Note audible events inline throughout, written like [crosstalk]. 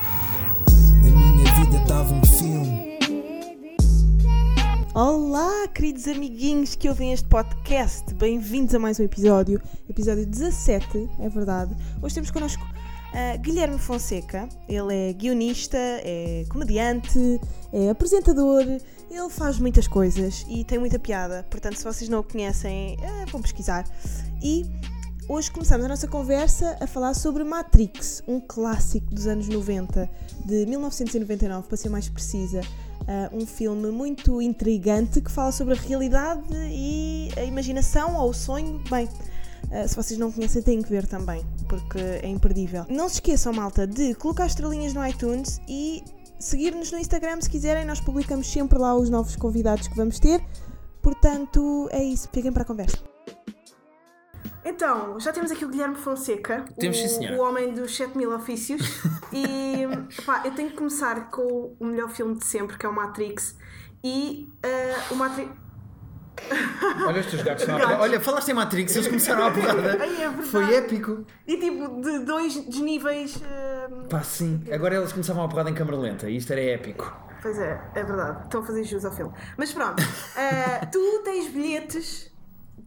A minha vida estava um filme. Olá, queridos amiguinhos que ouvem este podcast, bem-vindos a mais um episódio, episódio 17, é verdade. Hoje temos connosco ah, Guilherme Fonseca, ele é guionista, é comediante, é apresentador, ele faz muitas coisas e tem muita piada, portanto, se vocês não o conhecem, ah, vão pesquisar. E hoje começamos a nossa conversa a falar sobre Matrix, um clássico dos anos 90, de 1999, para ser mais precisa. Ah, um filme muito intrigante que fala sobre a realidade e a imaginação ou o sonho. Bem, ah, se vocês não conhecem, têm que ver também, porque é imperdível. Não se esqueçam, malta, de colocar estrelinhas no iTunes e seguir-nos no Instagram se quiserem. Nós publicamos sempre lá os novos convidados que vamos ter. Portanto, é isso. Fiquem para a conversa. Então, já temos aqui o Guilherme Fonseca, Temos, o, sim, senhora. o homem dos 7 mil [laughs] ofícios. e pá, eu tenho que começar com o melhor filme de sempre, que é o Matrix. E ah, o Matrix. Olha os teus gatos estão à porrada. Olha, falaste em Matrix, eles começaram à porrada. Ai, é verdade. Foi épico. E tipo, de dois desníveis. ah, Pá, sim. Agora eles começavam a porrada em câmera lenta e isto era épico. Pois é, é verdade. Estão a fazer jus ao filme. Mas [laughs] pronto, ah, tu tens bilhetes.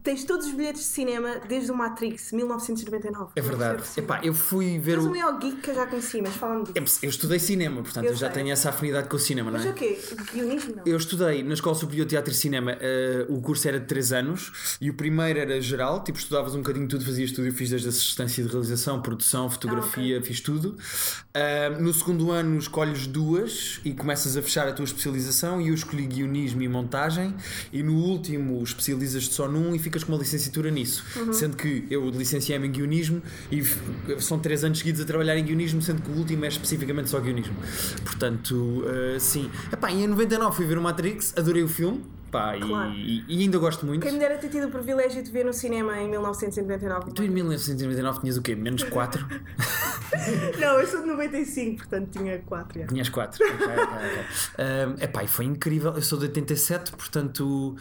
Tens todos os bilhetes de cinema desde o Matrix, 1999. É verdade. Epá, eu fui ver Tens o o. É, maior geek que eu já conheci, mas fala-me disso. Eu estudei cinema, portanto Eu eu já sei. tenho essa afinidade com o cinema, não Mas o é? quê? Guionismo? Não. Eu estudei na Escola Superior de Teatro e Cinema, eh, o curso era de 3 anos e o primeiro era geral, tipo estudavas um bocadinho tudo, fazias tudo, eu fiz desde assistência de realização, produção, fotografia, fiz tudo. Ah, no segundo ano escolhes duas e começas a fechar a tua especialização e eu escolhi guionismo e montagem e no último especializas-te só num e ficas com uma licenciatura nisso. Uhum. Sendo que eu licenciei-me em guionismo e f- são 3 anos seguidos a trabalhar em guionismo, sendo que o último é especificamente só guionismo. Portanto, ah, sim. Epá, e em 99 fui ver o Matrix, adorei o filme. Pá, e- Claro. e, e ainda gosto muito. Quem me dera ter tido o privilégio de ver no cinema em 1999. Tu em 1999 tinhas o quê? Menos 4? Não, eu sou de 95, portanto tinha 4 já. Tinhas 4. É pá, e foi incrível. Eu sou de 87, portanto,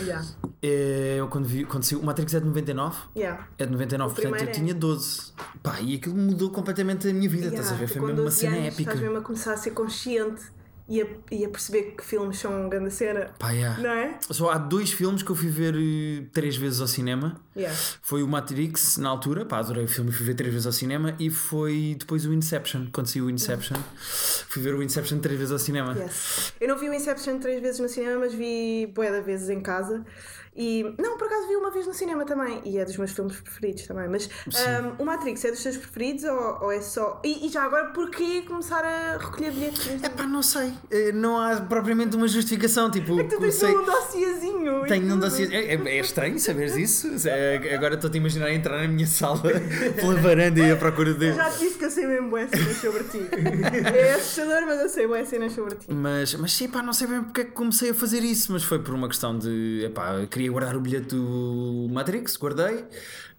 Já. eh, eu quando vi, quando saiu, o Matrix é de 99. Já. É de 99, O portanto eu primeiro é. tinha 12. Pá, e aquilo mudou completamente a minha vida, estás a ver? tu Foi com mesmo uma 12 cena anos épica. Estás mesmo a começar a ser consciente e a, e a perceber que filmes são uma grande cena. Pá, yeah. Não é? Só há dois filmes que eu fui ver eh, três vezes ao cinema. Yeah. Foi o Matrix na altura, pá, adorei o filme, fui ver três vezes ao cinema e foi depois o Inception, quando saiu o Inception. Fui ver o Inception três vezes ao cinema. Uhum. Yes. Eu não vi o Inception três vezes no cinema, mas vi bué de vezes em casa. E não, por acaso vi uma vez no cinema também. E é dos meus filmes preferidos também. Mas ahm, o Matrix é dos seus preferidos ou, ou é só. E, e já agora, porquê começar a recolher bilhetes? É pá, não sei. Eh, Não há propriamente uma justificação. Tipo, Tu eu tens sei. um dossiêzinho. e Tenho um tudo. dossiê. É, é- é estranho saberes isso. É, agora estou-te a imaginar entrar na minha sala [laughs] pela varanda e à procura de. Já te disse que eu sei mesmo boas cenas sobre [laughs] ti. é assustador, mas eu sei boas cenas sobre ti. Mas, mas sim, pá, não sei bem porque é que comecei a fazer isso, mas foi por uma questão de. Epá, eu queria guardar o bilhete do Matrix, guardei.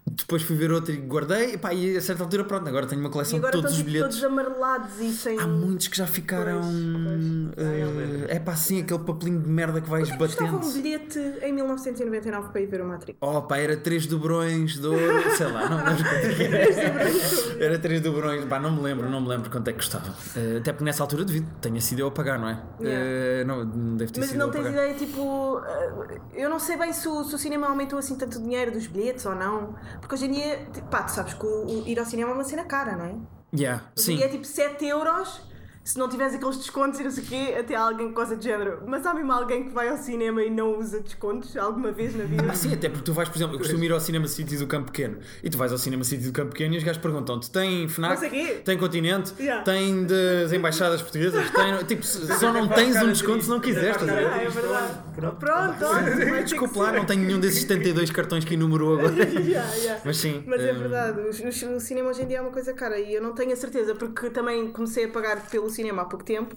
Depois fui ver outro e guardei. Epá, e a certa altura, pronto, agora tenho uma E coleção de agora todos os estão tipo, bilhetes. todos amarelados e sem. Há muitos que já ficaram. Pois, pois. É pá, sim, aquele papelinho de merda que vais Estava batendo. um bilhete em 1999 para ir ver o Matrix. Oh pá, era 3 dobrões de ouro, sei lá, não me lembro quanto é que era. Era 3 dobrões, pá, não me lembro, não me lembro quanto é que custava. Eh, até porque nessa altura devido, tenha sido eu a pagar, não é? Yeah. Eh, não, deve ter Mas sido não eu a tens pagar. ideia, tipo, eh, eu não sei bem se o, se o cinema aumentou assim tanto o dinheiro dos bilhetes ou não, porque hoje em dia, tipo, pá, tu sabes que o, o ir ao cinema é uma cena cara, não é? Yeah, Hoje em sim. dia é tipo 7 euros, se não tiveres aqueles descontos e não sei o quê, até há alguém coisa de género. Mas há mesmo alguém que vai ao cinema e não usa descontos alguma vez na vida? Ah, sim, até porque tu vais, por exemplo, eu costumo ir ao Cinema City do Campo Pequeno e tu vais ao Cinema City do Campo Pequeno e os gajos perguntam-te: tem Não sei quê. FNAC, tem Continente, Yeah. tem das embaixadas portuguesas, tem. Tipo, se- só não tens um desconto se não quiseres, estás a [laughs] Ah, ver? é verdade. Pronto, olha, vai ter que [laughs] Desculpe ser. lá, não tenho [laughs] nenhum desses 72 cartões que enumerou agora. Yeah, yeah. Mas sim, Mas é hum. verdade, o, o- o cinema hoje em dia é uma coisa cara e eu não tenho a certeza, porque também comecei a pagar pelo cinema há pouco tempo.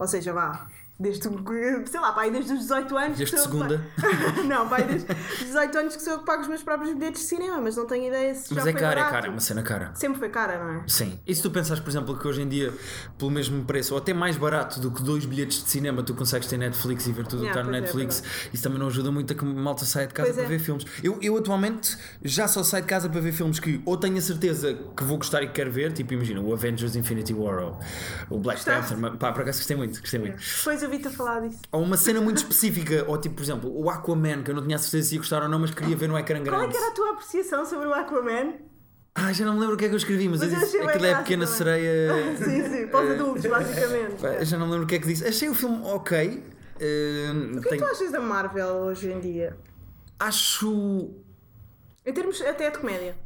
Ou seja, vá, Desde, sei lá, pai, desde os 18 anos. Desde que sou eu que segunda. pago- [laughs] não, pai, desde os 18 anos que sou eu que pago os meus próprios bilhetes de cinema, mas não tenho ideia se Mas já é foi cara, é barato. cara, é uma cena cara. Sempre foi cara, não é? Sim. E se tu pensares, por exemplo, que hoje em dia, pelo mesmo preço, ou até mais barato do que dois bilhetes de cinema, tu consegues ter Netflix e ver tudo o que Yeah, está no pois é, Netflix, é isso também não ajuda muito a que a malta saia de casa Pois para é. ver filmes. Eu, eu atualmente já só saio de casa para ver filmes que ou tenho a certeza que vou gostar e que quero ver, tipo, imagina, o Avengers Infinity War ou o Black Gostaste? Panther, mas, pá, por acaso gostei muito, gostei muito. Depois ouvi-te a falar disso. Ou uma cena muito específica, ou tipo, por exemplo, o Aquaman, que eu não tinha a certeza se ia gostar ou não, mas queria ver no ecrã grande. Qual é que era a tua apreciação sobre o Aquaman? Ah, já não me lembro o que é que eu escrevi, mas, Mas eu eu disse, achei bem aquilo é a graça pequena também. [laughs] sereia. Sim, sim, para os adultos, basicamente. Pá, já não me lembro o que é que disse. Achei o filme ok. Ehm, O que é tem- que tu achas da Marvel hoje em dia? Acho. Em termos até de comédia.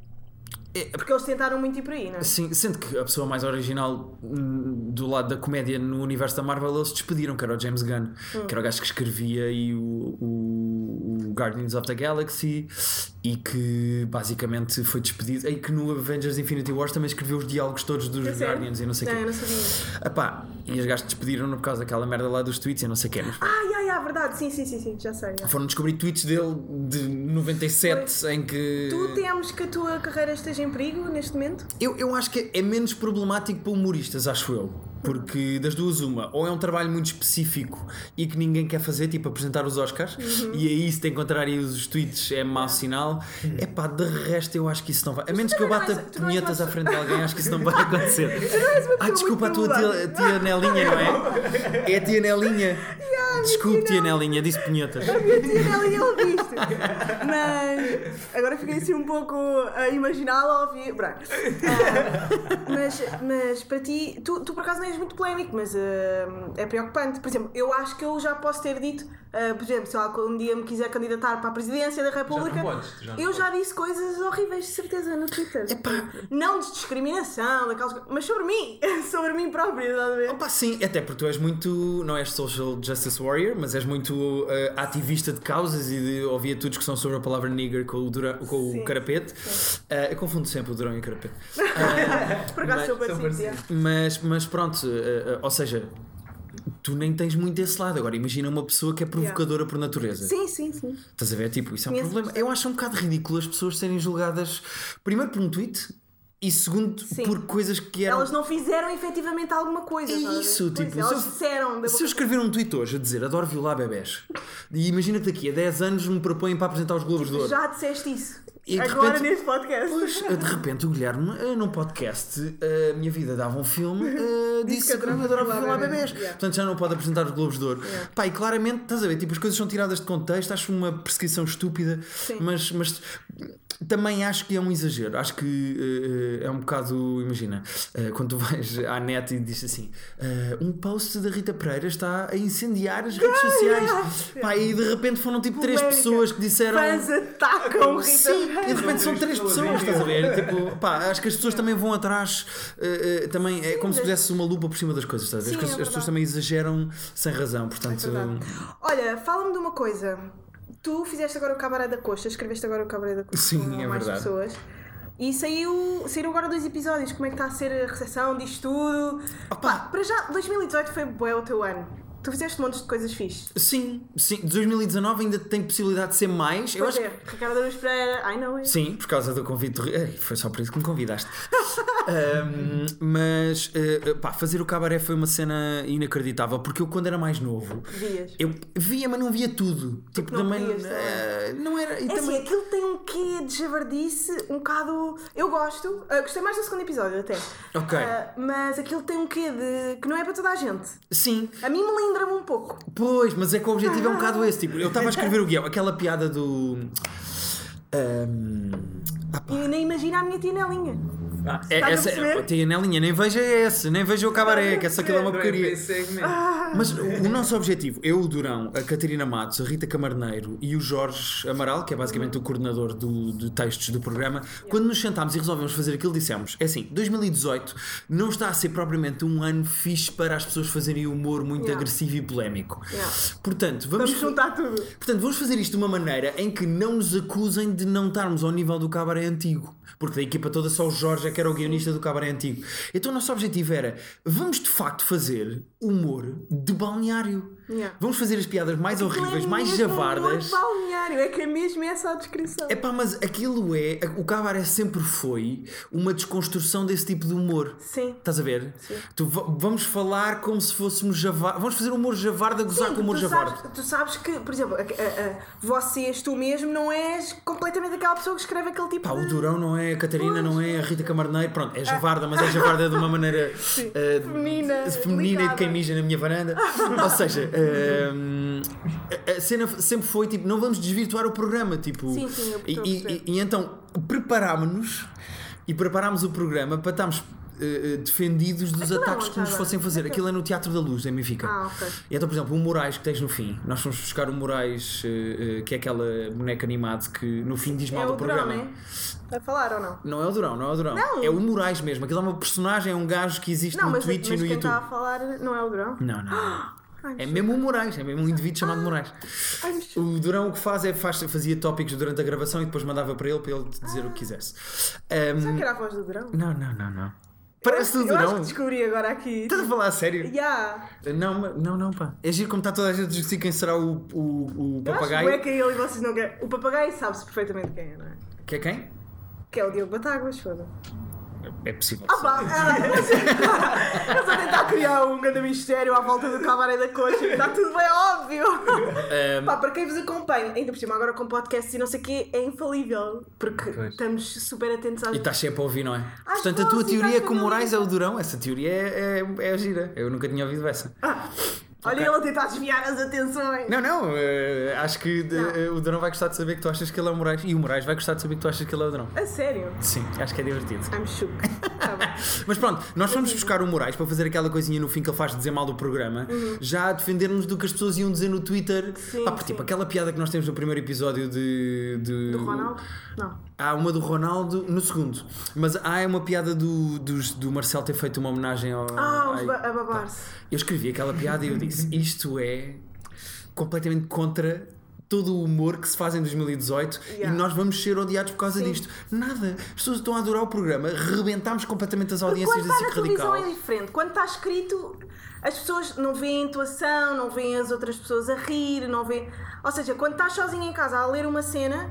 É, Porque eles tentaram muito ir por aí, não é? Sim, sendo que a pessoa mais original hum, do lado da comédia no universo da Marvel eles despediram, que era o James Gunn, Hum. que era o gajo que escrevia e o, o- o Guardians of the Galaxy e que basicamente foi despedido. E que no Avengers Infinity Wars também escreveu os diálogos todos dos É sério? Guardians e não sei o Não, eu não quê. sabia. Epá, e os gajos despediram-no por causa daquela merda lá dos tweets e não sei o quê. Mas Ah, já, já, verdade. Sim, sim, sim, sim, já sei. já. Foram descobrir tweets dele de 97 em que. Tu temes que a tua carreira esteja em perigo neste momento? Eu, eu acho que é menos problemático para humoristas, acho eu. Porque das duas, uma, ou é um trabalho muito específico e que ninguém quer fazer, tipo apresentar os Oscars, Uhum. e aí se te encontrarem os tweets é mau sinal. É pá, de resto eu acho que isso não vai. A menos que eu também não bata és- tu não és punhetas uma à frente de alguém, acho que isso não vai [laughs] acontecer. és uma ah, pessoa desculpa a muito tua tia, problemática. tia Nelinha, não é? É a [laughs] tia Nelinha. Desculpe, tia Nelinha, disse punhetas. Eu tinha ela e ele visto. Mas agora fiquei assim um pouco a imaginá-la a ouvir. Pronto. Ah, mas, mas para ti, tu, tu por acaso não és muito polémico, mas ah, é preocupante. Por exemplo, eu acho que eu já posso ter dito, ah, por exemplo, se ela um dia me quiser candidatar para a presidência da República, podes, tu já não eu já disse coisas horríveis, de certeza, no Twitter. Não de discriminação, daquelas coisas, mas sobre mim, [laughs] sobre mim própria, estás a ver? Opa, É sim, até porque tu és muito, não és social justice warrior, mas és muito eh, ativista de causas e de, ouvia a tua discussão sobre a palavra nigger com o, Dura- com Sim, o carapete. Eh, eu confundo sempre o Durão e o carapete. Por acaso sou são parecida. parecidos. Mas, mas pronto, eh, eh, ou seja, tu nem tens muito esse lado. Agora, imagina uma pessoa que é provocadora por natureza. Sim, sim, sim. Estás a ver? Tipo, isso é um Conheço problema. Eu acho um bocado ridículo as pessoas serem julgadas, primeiro, por um tweet e, segundo, Sim. por coisas que eram. Elas não fizeram efetivamente alguma coisa. um É estás a ver? isso, Pois, tipo, Elas se eu- disseram. da Se eu boca- escrever um tweet hoje a dizer adoro violar bebés e imagina que daqui a 10 anos me propõem para apresentar os Globos de Ouro. Já disseste isso. E de Agora repente- neste podcast. Pois, de repente o Guilherme, eh, num podcast, eh, Minha Vida Dava um [laughs] Filme, eh, disse que adorava adorava violar violar bebés. bebés. é Yeah. Portanto, já não pode apresentar os Globos de Ouro. Pá, e claramente, estás a ver, tipo, as coisas são tiradas de contexto, acho uma perseguição estúpida, mas, mas também acho que é um exagero. Acho que eh, eh, é um bocado, imagina, eh, quando tu vais à net e dizes assim: eh, um post da Rita Pereira está a incendiar as redes sociais. Pá, e de repente foram tipo três Ah, Polémica. pessoas que disseram. Fãs atacam Rita. um Sim, e de repente são três pessoas, estás a ver? Tipo, pá, acho que as pessoas também vão atrás, eh, eh, também é como se pusesse uma lupa por cima das coisas, estás a ver? Sim, As, coisas- é as pessoas verdade. É também exageram sem razão, portanto. Olha, fala-me de uma coisa. Tu fizeste agora o Cabaré da Coxa, escreveste agora o Cabaré da Coxa Sim, com é mais verdade. pessoas. E saiu, saíram agora dois episódios. Como é que está a ser a recepção disto tudo? Pá, para já, 2018 foi bué o teu ano. Tu fizeste montes de coisas fixes. Sim, sim, 2019 ainda tem possibilidade de ser mais. Eu Pois acho é, Ricardo Aruz Pereira, ai não, é. Sim, por causa do convite. do- Ei, foi só por isso que me convidaste. Ahm, mas, eh, pá, fazer o cabaré foi uma cena inacreditável, porque eu, quando era mais novo, Vias. eu via, mas não via tudo. Tipo, não também. podias, não eh, não era. E É também, assim, aquilo tem um quê de javardice, um bocado. Eu gosto, ah, gostei mais do segundo episódio até. Ok. Ah, mas aquilo tem um quê de. que não é para toda a gente. sim, A mim melindra-me um pouco. Pois, mas é que o objetivo é um bocado esse. Tipo, eu estava a escrever o guião, aquela piada do. Ahm, ah, pá. E nem imagina a minha tia Nelinha. É, a essa, perceber? tem a Nelinha, nem veja esse, nem veja o cabaré, que essa aquilo é uma Não é porcaria. Ah. esse segmento. Mas o o nosso objetivo, eu, o Durão, a Catarina Matos, a Rita Camarneiro e o Jorge Amaral, que é basicamente o coordenador do, de textos do programa, quando nos sentámos e resolvemos fazer aquilo, dissemos: é assim, 2018 não está a ser propriamente um ano fixe para as pessoas fazerem humor muito Yeah. agressivo e polémico. Yeah. Portanto, Vamos vamos, juntar tudo. Portanto, vamos fazer isto de uma maneira em que não nos acusem de não estarmos ao nível do cabaré antigo. Porque da equipa toda só o Jorge é que que era o guionista do Cabaré Antigo. Então o nosso objetivo era: vamos de facto fazer humor de balneário. Yeah. Vamos fazer as piadas mais horríveis, É mais mesmo muito javardas. balneário, é que é mesmo essa a descrição. É pá, mas aquilo é. O cabaré sempre foi uma desconstrução desse tipo de humor. Sim. Estás a ver? Tu, va- vamos falar como se fôssemos javarda. Vamos fazer humor javarda, gozar Sim, com humor tu javarda. sabes, tu sabes que, por exemplo, a- a- a- vocês, tu mesmo, não és completamente aquela pessoa que escreve aquele tipo Pá, o de. Durão não é, a Catarina não é, a Rita Camarneiro, pronto, é javarda, mas é javarda de uma [laughs] maneira eh, feminina, feminina e de delicada. quem mija na minha varanda. Ou seja, ehm, a- a cena sempre foi tipo, não vamos desvirtuar o programa, tipo. Sim, sim, eu e, estou a e- perceber. e então preparámos-nos e preparámos o programa para estarmos eh, eh, defendidos dos Aquilo é ataques onde que nos agora? fossem fazer. Aquilo é no Teatro da Luz, em Benfica. Ah, ok. E então, por exemplo, o Moraes que tens no fim, nós fomos buscar o Moraes, eh, eh, que é aquela boneca animada que no fim diz mal É do o Durão, programa. né? A falar ou não? Não é o Durão, não é o Durão. Não. É o Moraes mesmo. Aquilo é uma personagem, é um gajo que existe Não, no mas, mas Twitch quem e no YouTube. está a falar não é o Durão. Não, não, [gasps] não. Ai, É mesmo o Moraes, é mesmo um indivíduo Ah. chamado Moraes. ai, mas- O Durão o que faz é faz, fazia tópicos durante a gravação e depois mandava para ele para ele dizer o que quisesse. Ahm, Será Ah. que era a voz do Durão? Não, não, não, não. Parece Então, o Eu acho Durão. que descobri agora aqui. Estás a falar a sério? Yeah. Não, ma- não, não, pá. É giro como está toda a gente a discutir quem será o, o, o Eu acho que é papagaio. que ele e vocês não querem. O papagaio sabe-se perfeitamente quem é, não é? Que é quem? Que é o Diogo Batáguas, foda-se. É possível. Ah pá, ah, eu sei lá. Eu estou a tentar criar um grande mistério à volta do cabaré da coxa e está tudo bem óbvio. Ehm. Pá, para quem vos acompanha, ainda por cima agora com podcasts e não sei o quê, é infalível. Porque Pois. estamos super atentos às... E estás sempre a ouvir, não é? Portanto, a vozes tua e teoria estás é que o com a Moraes é galera. o Durão. Essa teoria é, é, é gira. Eu nunca tinha ouvido essa. Ah, Olha ele a tentar desviar as atenções. Não, não. eh, acho que de- eh, o Durão vai gostar de saber que tu achas que ele é o Moraes. E o Moraes vai gostar de saber que tu achas que ele é o Durão. A sério? Sim, acho que é divertido. I'm shook. Tá bem. Mas pronto, nós fomos buscar o Moraes para fazer aquela coisinha no fim que ele faz de dizer mal do programa, já a defender-nos do que as pessoas iam dizer no Twitter. Uhum. Sim, Pá, porque, sim. tipo, aquela piada que nós temos no primeiro episódio de. de- Do Ronaldo? Não. Há uma do Ronaldo no segundo, mas há uma piada do, dos- do Marcelo ter feito uma homenagem ao. Ah, os ai- ba- a babar-se. Eu escrevi aquela piada e eu disse: isto é completamente contra todo o humor que se faz em 2018 Yeah. e nós vamos ser odiados por causa disto. Nada, as pessoas estão a adorar o programa, rebentámos completamente as audiências Quando da está na SIC televisão Radical. é diferente. Quando está escrito, as pessoas não veem a atuação, não veem as outras pessoas a rir, não veem. Ou seja, quando estás sozinho em casa a ler uma cena,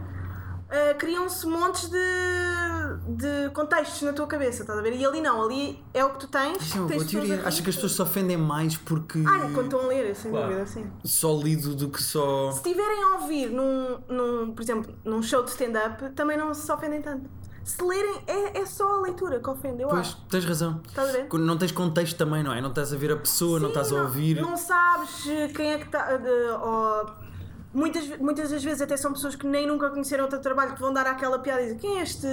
ah, criam-se montes de, de contextos na tua cabeça, estás a ver? E ali não, ali é o que tu tens. Isso é uma tens boa pessoas teoria. a Acho rir. que as pessoas se ofendem mais porque Ah, quando estão a ler, sem Claro. dúvida, sim. só lido do que só. Se estiverem a ouvir, num, num, por exemplo, num show de stand-up, também não se ofendem tanto. Se lerem, é, é só a leitura que ofende, eu Pois, acho. tens razão. Estás a ver? Quando Não tens contexto também, não é? Não estás a ver a pessoa, não Sim, estás a ouvir. Não sabes eh, quem é que está. eh, de- ó, muitas, ve- muitas das vezes até são pessoas que nem nunca conheceram o teu trabalho que vão dar aquela piada e dizer quem é este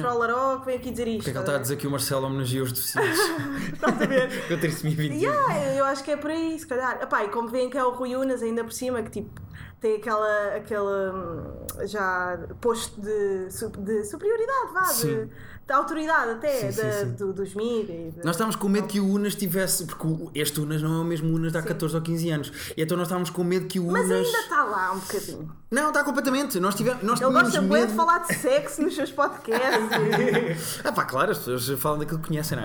trollaró que vem aqui dizer isto? O que é que ele está a dizer que o Marcelo homenageia os deficientes? [laughs] Estás a ver? [laughs] Eu tenho 2021. Yeah, eu acho que é por aí, se calhar. Epá, e como veem que é o Rui Unas ainda por cima, que tipo tem aquela, aquele hum, já posto de, su- de superioridade, vá, de, Sim. de autoridade até, Sim, da- sim, sim. do- dos mídias. Nós estávamos com medo que o Unas tivesse. Porque o- este Unas não é o mesmo Unas de há 14 ou 15 anos. E então nós estávamos com medo que o Mas Unas. ainda está lá um bocadinho. Não, está completamente. Nós, tivemos, nós Ele tínhamos gosta muito medo. de falar de sexo nos seus [laughs] podcasts. Ah, pá, claro, as pessoas falam daquilo que conhecem, não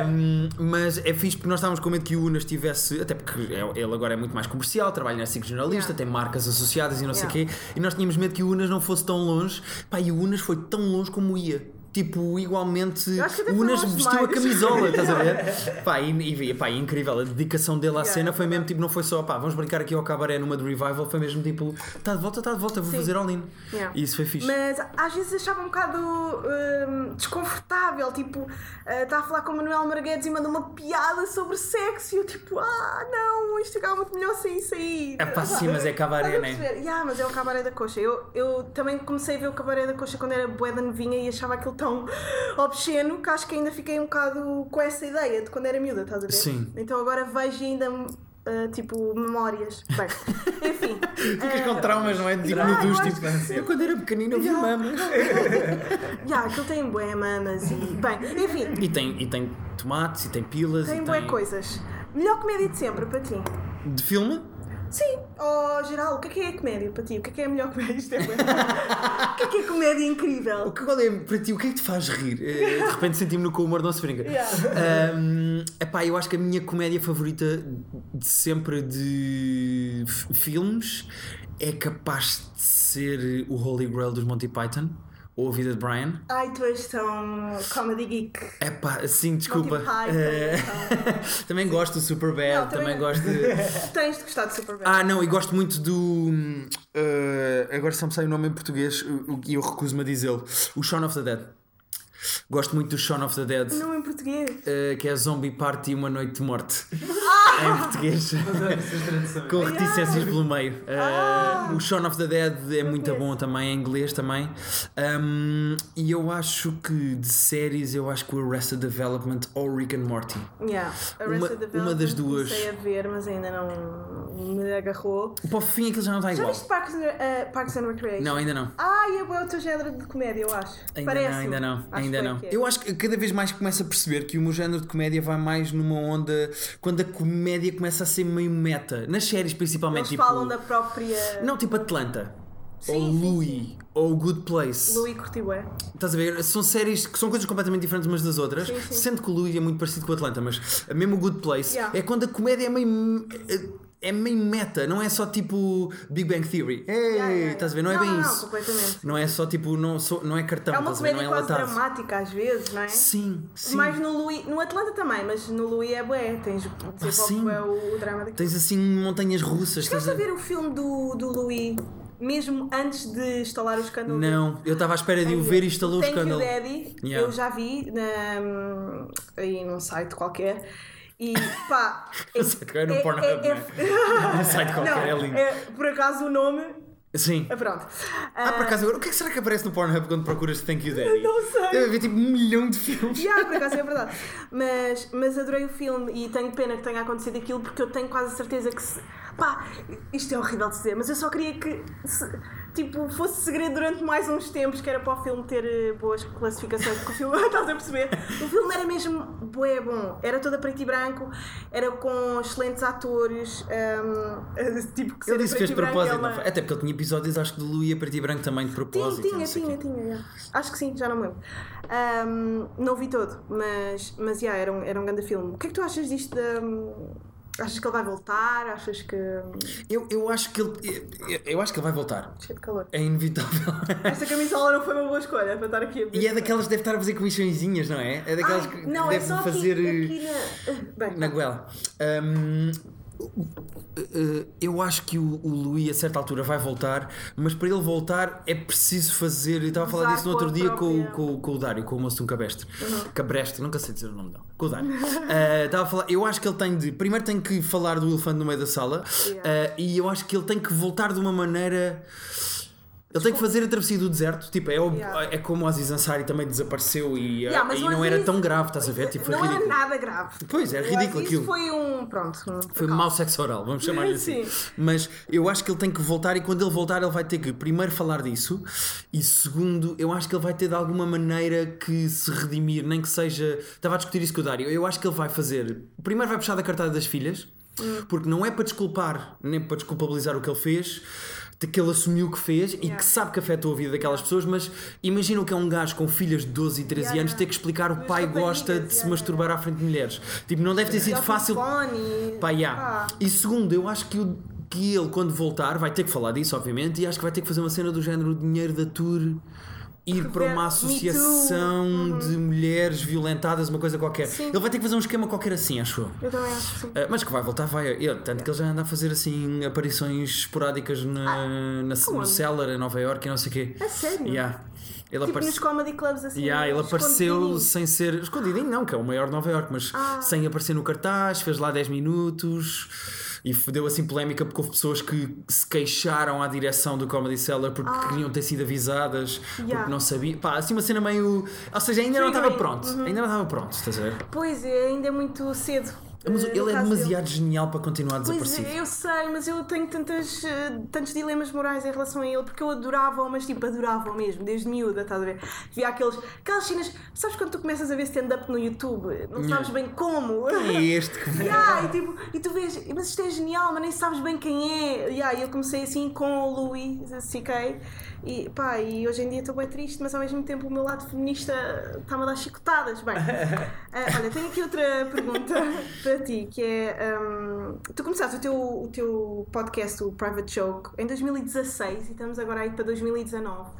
[laughs] Ahm, mas é fixe porque nós estávamos com medo que o Unas tivesse. Até porque é- ele agora é muito mais comercial, trabalha na SIC Jornalista, Yeah. tem marcas associadas e não sei o Yeah. quê. E nós tínhamos medo que o Unas não fosse tão longe. Pá, e o Unas foi tão longe como ia. Tipo, igualmente. Eu acho que até O foi Unas longe vestiu a demais. [laughs] camisola, estás a ver? Pá, e, e- pá, e incrível. A dedicação dele à Yeah. é cena foi mesmo tipo, não foi só, pá, vamos brincar aqui ao cabaré numa de revival. Foi mesmo tipo, está de volta, está de volta, vou fazer all-in. Yeah. E isso foi fixe. Mas às vezes achava um bocado hum, desconfortável, tipo, ah, está a falar com o Manuel Marguedes e manda uma piada sobre sexo e eu tipo, ah não, isto ficava muito melhor sem isso aí. É pá, sim, mas é Estás cabaré, a não é? perceber? Yeah, mas é o cabaré da coxa. Eu, eu também comecei a ver o cabaré da coxa quando era bué da novinha e achava aquilo tão [laughs] obsceno que acho que ainda fiquei um bocado com essa ideia de quando era miúda, estás a ver? Sim. Então agora vejo ainda, ah, tipo, memórias. [laughs] Bem, enfim. eh, Ficas com traumas, não é? Tipo, Não, eu dos acho- tipo, eu quando era pequenino eu vi mamas. Já, aquilo tem bué mamas e... Bem, enfim, E tem, e tem tomates, e tem pilas, tem e bué tem... coisas. Melhor comédia de sempre, para ti. De filme? Sim, oh, geral, o que é que é comédia para ti? O que é que é a melhor comédia? Isto é bué. O que é que é comédia O incrível? que, qual é, para ti, o que é que te faz rir? Eh, De repente senti-me no com o humor não se brinca. Yeah. Ahm, epá, eu acho que a minha comédia favorita de sempre de f- filmes é capaz de ser o Holy Grail dos Monty Python ou a vida de Brian. Ai, tu és tão comedy geek. Epá, sim, desculpa. Monty Python, Eh, [laughs] então. também gosto do Superbad, Não, também também- [laughs] gosto de... Tens de gostar de Superbad. Ah, não, e gosto muito do. hum, eh, agora só me sai o nome em português o- o- e eu recuso-me a dizê-lo. O Shaun of the Dead. Gosto muito do Shaun of the Dead, Não em português. eh, que é Zombie Party e Uma Noite de Morte. Ah! Em português. Com reticências pelo meio. Eh, Ah! o Shaun of the Dead é muito bom também, em inglês também. Hum, e eu acho que de séries, eu acho que o Arrested Development ou Rick and Morty. Yeah. Uma- Arrested uma Development das duas. Comecei a ver, mas ainda não me agarrou. Para o fim, aquilo já não está Já É igual. viste Parks and, eh, Parks and Recreation? Não, ainda não. Ai, é bué o teu género de comédia, eu acho. Ainda Parece. não, ainda não, Acho ainda que é não. que é. Eu acho que cada vez mais começo a perceber que o meu género de comédia vai mais numa onda quando a comédia começa a ser meio meta. Nas séries principalmente, Eles tipo. falam da própria. Não, tipo Atlanta. Sim, ou sim, Louis, ou Good Place. Louis Curtibué. Estás a ver? São séries que são coisas completamente diferentes umas das outras. Sim, sim. Sendo que o Louis é muito parecido com o Atlanta, mas mesmo o Good Place Yeah. é quando a comédia é meio. É meio meta, não é só tipo Big Bang Theory. Ei, yeah, yeah. estás a ver? Não, é Não, bem não, não, isso. completamente. Não é só tipo, não, sou- não é cartão, É uma estás a ver? comédia Não é quase enlatado. dramática às vezes, não é? Sim, sim. Mais no Louis, no Atlanta também, mas no Louis é bué, tens desenvolve Ah, sim. bué é o, o drama daquilo. Tens assim montanhas russas. Chegaste a estás ver o filme do, do Louis mesmo antes de estalar o escândalo? Não, eu estava à espera de o ver e instalou o Thank escândalo. You Daddy, Yeah. eu já vi na, aí num site qualquer. E pá. Não sei de qual, era [laughs] um Pornhub, é- não é? [laughs] Não sei de qualquer, não, é lindo. é, por acaso o nome. Sim. ah, Pronto. Ah, por acaso, agora, o que é que será que aparece no Pornhub quando procuras Thank You Daddy? Não sei. Deve haver tipo um milhão de filmes. Já, por acaso é verdade. Mas, mas adorei o filme e tenho pena que tenha acontecido aquilo porque eu tenho quase certeza que se. Pá, isto é horrível de dizer, mas eu só queria que se- tipo, fosse segredo durante mais uns tempos, que era para o filme ter eh, boas classificações, porque o filme, [laughs] estás a perceber? O filme era mesmo bué bom, era todo a preto e branco, era com excelentes atores, ahm, [laughs] tipo que ser a Ele disse que preto fez de e branco propósito, é uma- não foi? Até porque ele tinha episódios, acho que de Lu e a Preto e Branco também de tinha, propósito. tinha, não sei o tinha, quê. tinha, yeah. Acho que sim, já não me lembro. Ahm, não vi todo, mas, mas yeah, era, um, era um grande filme. O que é que tu achas disto? da- hum, achas que ele vai voltar? Achas que. hum, Eu, eu acho que ele. Eu, eu acho que ele vai voltar. Cheio de calor. É inevitável. [laughs] Esta camisola não foi uma boa escolha para estar aqui a E é daquelas que deve estar a fazer comissõezinhas, não é? É daquelas Ai, que não, é deve só aqui- fazer. eh, aqui na- eh, Bem, Na goela. Hum, eh, eu acho que o, o Luís a certa altura vai voltar, mas para ele voltar é preciso fazer. Eu estava a falar Usar disso no outro com a dia com, própria- Uhum. com, com o Dário, com o moço de um cabestre. Cabrestre, nunca sei dizer o nome dele. Com o Dário. [laughs] Eh, estava a falar, eu acho que ele tem de. Primeiro tem que falar do elefante no meio da sala Yeah. eh, e eu acho que ele tem que voltar de uma maneira. Ele tem que fazer a travessia do deserto, tipo, é, o- Yeah. é como o Aziz Ansari também desapareceu e, eh, Yeah, mas e o não era Aziz- tão grave, estás a ver? Tipo, foi não é ridículo. era nada grave. Pois, é Eu ridículo acho aquilo. Isso foi um. Pronto. um- Foi mau sexo oral, vamos chamar-lhe [laughs] assim. Sim. Mas eu acho que ele tem que voltar e quando ele voltar ele vai ter que primeiro falar disso e segundo, eu acho que ele vai ter de alguma maneira que se redimir, nem que seja. Estava a discutir isso com o Dário. Eu acho que ele vai fazer. Primeiro vai puxar da cartada das filhas, Hum. porque não é para desculpar, nem para desculpabilizar o que ele fez. de Que ele assumiu o que fez e que sabe que afetou a vida daquelas pessoas, mas imagina o que é um gajo com filhas de 12 e 13 Yeah, anos yeah. ter que explicar o Mas pai gosta de raparigas, se yeah, é masturbar à frente de mulheres. Tipo, não deve ter sido Ao fácil. telefone um e- Pá, yeah. Pá. E segundo, eu acho que, o- que ele, quando voltar, vai ter que falar disso, obviamente, e acho que vai ter que fazer uma cena do género o dinheiro da tour. Ir para ver- Me uma Uhum. associação de mulheres violentadas, uma coisa qualquer. Ele vai ter que fazer um esquema qualquer assim, acho eu. Eu também acho que sim. Ah, mas que vai voltar, vai. Eu, tanto que ele já anda a fazer assim aparições esporádicas na, na- no aonde? Cellar, em Nova York e não sei o quê. Ah, A É sério? Yeah. Eh, Ele Tipo nos apareceu. comedy clubs assim. Yeah, ah, ele apareceu escondidinhos. sem ser. Escondidinho, não, que é o maior de Nova York, mas Ah. sem aparecer no cartaz, fez lá 10 minutos e deu assim polémica porque houve pessoas que se queixaram à direção do Comedy Cellar porque queriam ter sido avisadas, porque Ah. Yeah. não sabiam. Pá, assim uma cena meio. Ou seja, ainda não estava Triggering. pronto. Ainda não estava pronto, estás a ver? Pois, é, ainda é muito cedo Mas eh, no ele caso é dele. demasiado genial para continuar Pois é. desaparecido. eu sei, mas eu tenho tantas, eh, tantos dilemas morais em relação a ele, porque eu adorava-o, mas tipo, adorava-o mesmo, desde miúda, estás a ver? Via aqueles, aquelas cenas, sabes quando tu começas a ver stand-up no YouTube? Não sabes bem como. É [laughs] este que Yeah, e, tipo, e tu vês, mas isto é genial, mas nem sabes bem quem é. Yeah, e eu comecei assim com o Louis C.K. E, pá, e hoje em dia estou bem triste, mas ao mesmo tempo o meu lado feminista está-me a dar chicotadas. Bem, ah, olha, tenho aqui outra pergunta [laughs] para ti, que é: hum, tu começaste o teu, o teu podcast, o Private Joke, em 2016 e estamos agora aí para 2019.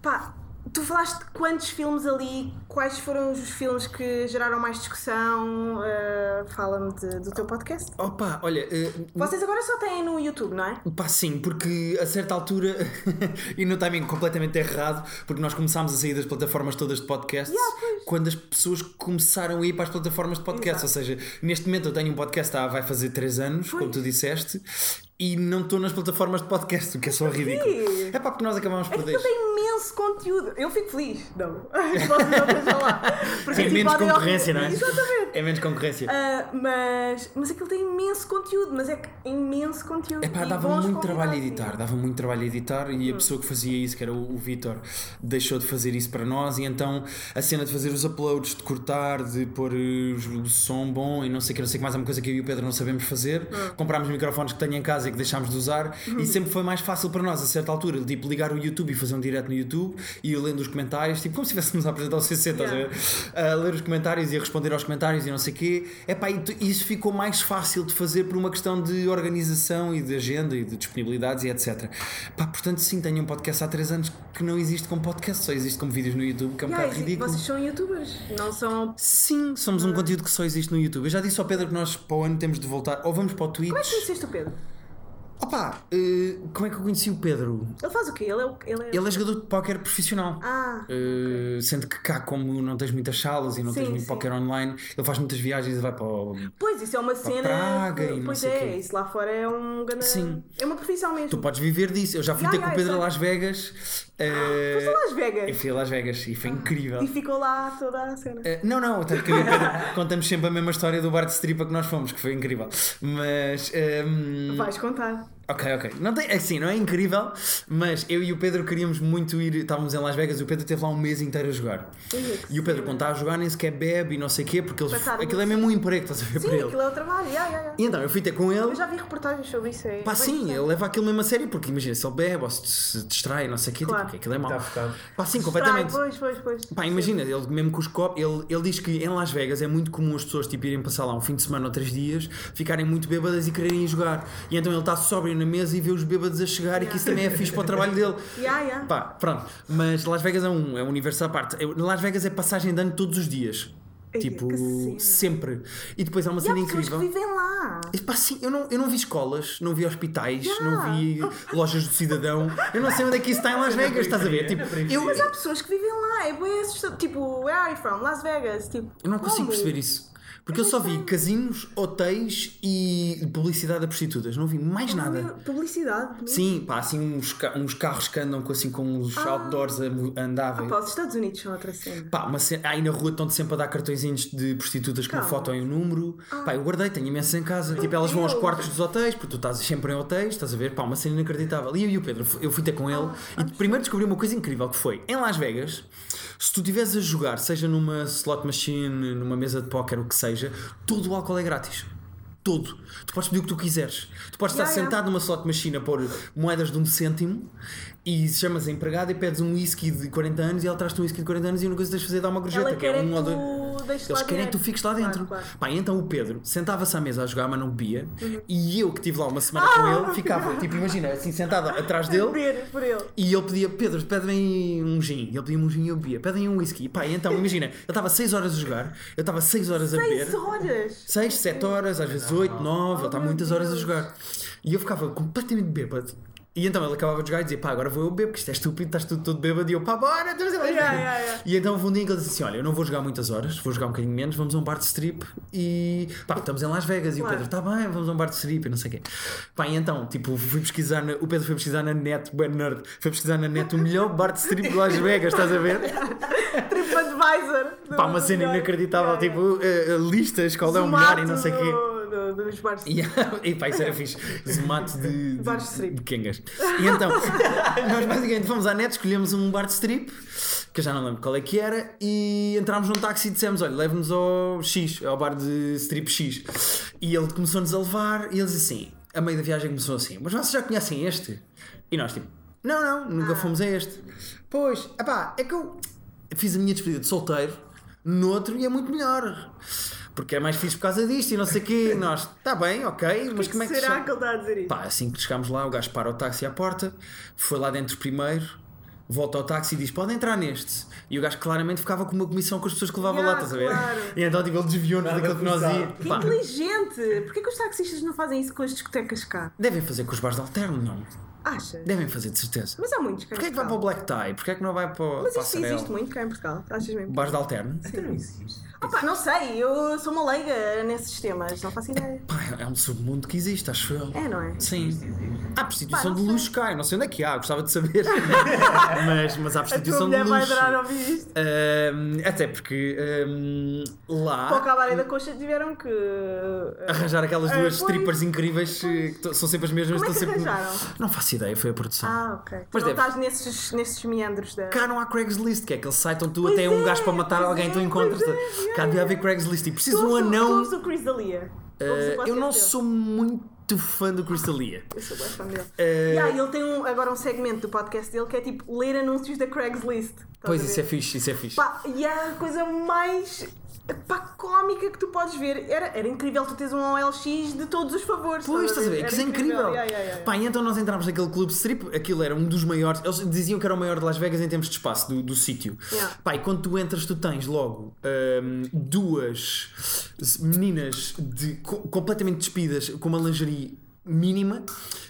Pá, tu falaste de quantos filmes ali, quais foram os filmes que geraram mais discussão? Uh, Fala-me de- do teu podcast. Opa, olha, eh, Vocês agora só têm no YouTube, não é? Pá, sim, porque a certa altura, [laughs] e no timing completamente errado, porque nós começámos a sair das plataformas todas de podcasts Yeah, pois. quando as pessoas começaram a ir para as plataformas de podcast. Ou seja, neste momento eu tenho um podcast há vai fazer 3 anos, como tu disseste, e não estou nas plataformas de podcast, o que é só ridículo. É pá, porque nós acabámos por Aquilo deixar. tem imenso conteúdo. Eu fico feliz. Não. [laughs] Que vocês não estejam [laughs] lá. Porque, É tipo, menos podem ouvir- concorrência, não é? Exatamente. É menos concorrência. Ah, mas, mas aquilo tem imenso conteúdo, mas é que imenso conteúdo. Epá, e é dava bons muito trabalho a convidados. editar, É dava muito trabalho a editar e a pessoa que fazia isso, que era o, o Vitor, deixou de fazer isso para nós e então a cena de fazer os uploads, de cortar, de pôr eh, os- o som bom e não sei o que, não sei o que mais, é uma coisa que eu e o Pedro não sabemos fazer. Comprámos microfones que tenho em casa e que deixámos de usar e sempre foi mais fácil para nós, a certa altura, tipo ligar o YouTube e fazer um direto no YouTube e eu lendo os comentários, tipo como se estivéssemos a apresentar o CC, estás a ver? a ler os comentários e a responder aos comentários e não sei o quê. Epá, e tu- isso ficou mais fácil de fazer por uma questão de organização e de agenda e de disponibilidades e etc. Pá, portanto, sim, tenho um podcast há 3 anos que não existe como podcast, só existe como vídeos no YouTube, que é um Yeah, bocado e ridículo. vocês Ah. são youtubers, não são. Sim, somos um conteúdo que só existe no YouTube. Eu já disse ao Pedro que nós para o ano temos de voltar, ou vamos para o Twitch. Como é que conheceste o Pedro? Opa, eh, como é que eu conheci o Pedro? Ele faz o quê? Ele é. o- Ele é... Ele é jogador de póquer profissional. Ah, Eh, sendo que cá, como não tens muitas salas e não tens Sim, muito sim. póquer online, ele faz muitas viagens e vai para o Pois, isso é uma cena. Praga que- e não pois sei é, quê. isso lá fora é um grande. Sim. É uma profissão mesmo. Tu podes viver disso. Eu já fui Ya, ter ya, com o eu Pedro a sei. Las Vegas. eh, é- Ah, Foste a Las eu Vegas Ah. fui a Las Vegas e foi incrível. e ficou lá toda a cena. Eh, não, não, tanto que eu e o Pedro [laughs] contamos sempre a mesma história do bar de stripa que nós fomos, que foi incrível. Mas. ehm, Vais contar. ok, ok. Não tem, é assim, não é incrível, mas eu e o Pedro queríamos muito ir. Estávamos em Las Vegas e o Pedro esteve lá um mês inteiro a jogar. Ui, que E o Pedro, quando está a jogar, nem sequer bebe e não sei o quê, porque eles, Passaram aquilo é isso. mesmo um emprego, estás a ver para Sim, ele. aquilo é o trabalho. Ya, ya, ya. E então eu fui ter com ele. Eu já vi reportagens sobre isso. É Pá, bem sim, ele interessante. leva aquilo mesmo a sério, porque imagina, se ele bebe ou se, se distrai, não sei o quê, Claro. tipo, porque aquilo é mau. Está focado. Pá, sim, Trai, completamente. Pois, pois, pois. Pá, imagina, ele mesmo com os copos, ele, ele diz que em Las Vegas é muito comum as pessoas tipo, irem passar lá um fim de semana ou três dias, ficarem muito bêbadas e quererem ir jogar. E então ele está sóbrio na mesa e vê os bêbados a chegar e que isso também é fixe para o trabalho dele. Ya, ya. Pá, pronto. Mas Las Vegas é um, é um universo à parte. Eu- Las Vegas é passagem de ano todos os dias. Ei, Tipo, que cena. sempre. E depois há uma E há cena pessoas incrível. que vivem lá. E, pá, sim, eu não, eu não vi escolas, não vi hospitais, Ya. não vi lojas do cidadão. Eu não sei onde é que isso está em Las Vegas, estás a ver? Tipo, eu, Mas há pessoas que vivem lá. É bem assustador. Tipo, where are you from? Las Vegas. Tipo, eu não consigo como? perceber isso. Porque eu só vi casinos, hotéis e publicidade a prostitutas. Não vi mais Ah, é nada. Publicidade. não é? Sim, pá, assim uns, ca- uns carros que andam com, assim, com uns outdoors a, mo- a andável. Ah. Pá, os Estados Unidos são outra cena. Pá, uma cena, aí na rua estão sempre a dar cartõezinhos de prostitutas com uma Calma. foto e um número. Pá, eu guardei, tenho imensas em casa. tipo, elas vão aos Ah. Deus. quartos dos hotéis, porque tu estás sempre em hotéis, estás a ver? Pá, uma cena inacreditável. E eu e o Pedro, fu- eu fui ter com Oh, ele e primeiro descobri uma coisa incrível que foi em Las Vegas. Se tu estiveres a jogar, seja numa slot machine, numa mesa de póquer, o que seja, todo o álcool é grátis. Todo. Tu podes pedir o que tu quiseres. Tu podes estar Yeah, yeah. sentado numa slot machine a pôr moedas de um cêntimo e chamas a empregada e pedes um whisky de 40 anos e ela traz-te um whisky de 40 anos e a única coisa que tens de fazer é dar uma gorjeta, Ela que é quer um ou que dois. tu deixes Eles lá querem que tu direto. fiques lá Claro, dentro. claro. Pá, então o Pedro sentava-se à mesa a jogar, mas não bebia. E eu, que estive lá uma semana com ele, ficava, tipo, imagina, assim sentado atrás dele. Ver por ele. E ele pedia, Pedro, pede-me um gin. Ele pedia um gin e eu bebia. Pedem um whisky. E pá, então, imagina, ele estava 6 horas a jogar, eu estava 6 horas a beber. Seis horas. 6, 7 horas, às vezes 8, 9, ele está meu muitas horas a Deus. jogar. E eu ficava completamente bêbado. E então ele acabava de jogar e dizia: pá, agora vou eu beber, porque isto é estúpido, estás tudo todo bêbado. E eu, pá, bora, estamos a Yeah, yeah, yeah. E então houve um dia em que ele disse assim: olha, eu não vou jogar muitas horas, vou jogar um bocadinho menos, vamos a um bar de strip e. pá, estamos em Las Vegas. E o Claro. Pedro, está bem, vamos a um bar de strip e não sei o quê. Pá, e então, tipo, fui pesquisar, na- o Pedro foi pesquisar na net, bem nerd, foi pesquisar na net o melhor bar de strip de Las Vegas, estás a [laughs] ver? TripAdvisor. Pá, uma cena inacreditável, tipo, eh, eh, listas, qual é o melhor e não sei o quê. Dos bares. [laughs] E, e pá, isso era fixe. Zumato de, de, Bar de strip. de quengas. E então, nós basicamente fomos à net, escolhemos um bar de strip, que eu já não lembro qual é que era, e entrámos num táxi e dissemos: Olha, leve-nos ao X, ao bar de strip X. E ele começou-nos a levar, e ele disse assim: a meio da viagem começou assim, mas vocês já conhecem este? E nós, tipo, não, não, nunca fomos a este. Pois, epá, é que eu fiz a minha despedida de solteiro no outro e é muito melhor. Porque é mais fixe por causa disto e não sei o quê. E Nós, está bem, ok, mas como é que se Será chama? que ele está a dizer isso? Pá, assim que chegámos lá, o gajo para o táxi à porta, foi lá dentro primeiro, volta ao táxi e diz: Pode entrar neste. E o gajo claramente ficava com uma comissão com as pessoas que levava Ya, lá, estás a ver? claro. E então tipo, ele desviou-nos Nada daquilo que nós cruzado. ia. Que Pá, inteligente! Porquê que os taxistas não fazem isso com as discotecas cá? devem fazer com os bares de alterno, não? Achas? Devem fazer, de certeza. Mas há muitos cá em Porquê é que vai para o Portugal. black tie? Porquê é que não vai para o. Mas para a isto Sarel? existe muito cá em Portugal, achas mesmo? Bares de alterno? Até não existe. Opa, não sei, eu sou uma leiga nesses temas, não faço ideia. Pá, é um submundo que existe, acho eu. É, [laughs] não é? Sim. Há prostituição Pá, não de sei. luxo cá, eu não sei onde é que há, gostava de saber. [laughs] mas, mas há A tua prostituição de mulher vai luxo. adorar ouvir isto. Ahm, até porque ahm, Para o lá Cabaré da Coxa tiveram que. eh, Ah, hum. arranjar aquelas Ah, duas pois. strippers incríveis eh, que to- são sempre as mesmas. Como é estão que sempre... arranjaram? Não faço ideia, foi a produção. Ah, ok. Tu Mas não deve. estás nesses, nesses meandros da. Cá não há Craigslist, que é aquele site onde tu Pois até é um é, gajo para matar pois alguém, é, tu encontras. pois é, yeah, Cá devia haver Craigslist e preciso de um Tu ouves o- tu anão. ouves o Chris D'Elia. Ah, Ouves o podcast eu não dele. sou muito fã do Crystalia. Eu sou bué fã dele. Eh, Yeah, ele tem um- agora um segmento do podcast dele que é tipo ler anúncios da Craigslist. Estás Pois a isso ver? é fixe, isso é fixe. Pá, e é a coisa mais pá, cómica que tu podes ver. Era, era incrível tu teres um OLX de todos os favores. Pois, estás a ver? Que isso é Era incrível. Yeah, yeah, yeah. Pá, e então nós entramos naquele clube strip, aquilo era um dos maiores, eles diziam que era o maior de Las Vegas em termos de espaço, do, do sítio. Yeah. Pá, e quando tu entras, tu tens logo hum, duas meninas de, co- completamente despidas, com uma lingerie mínima.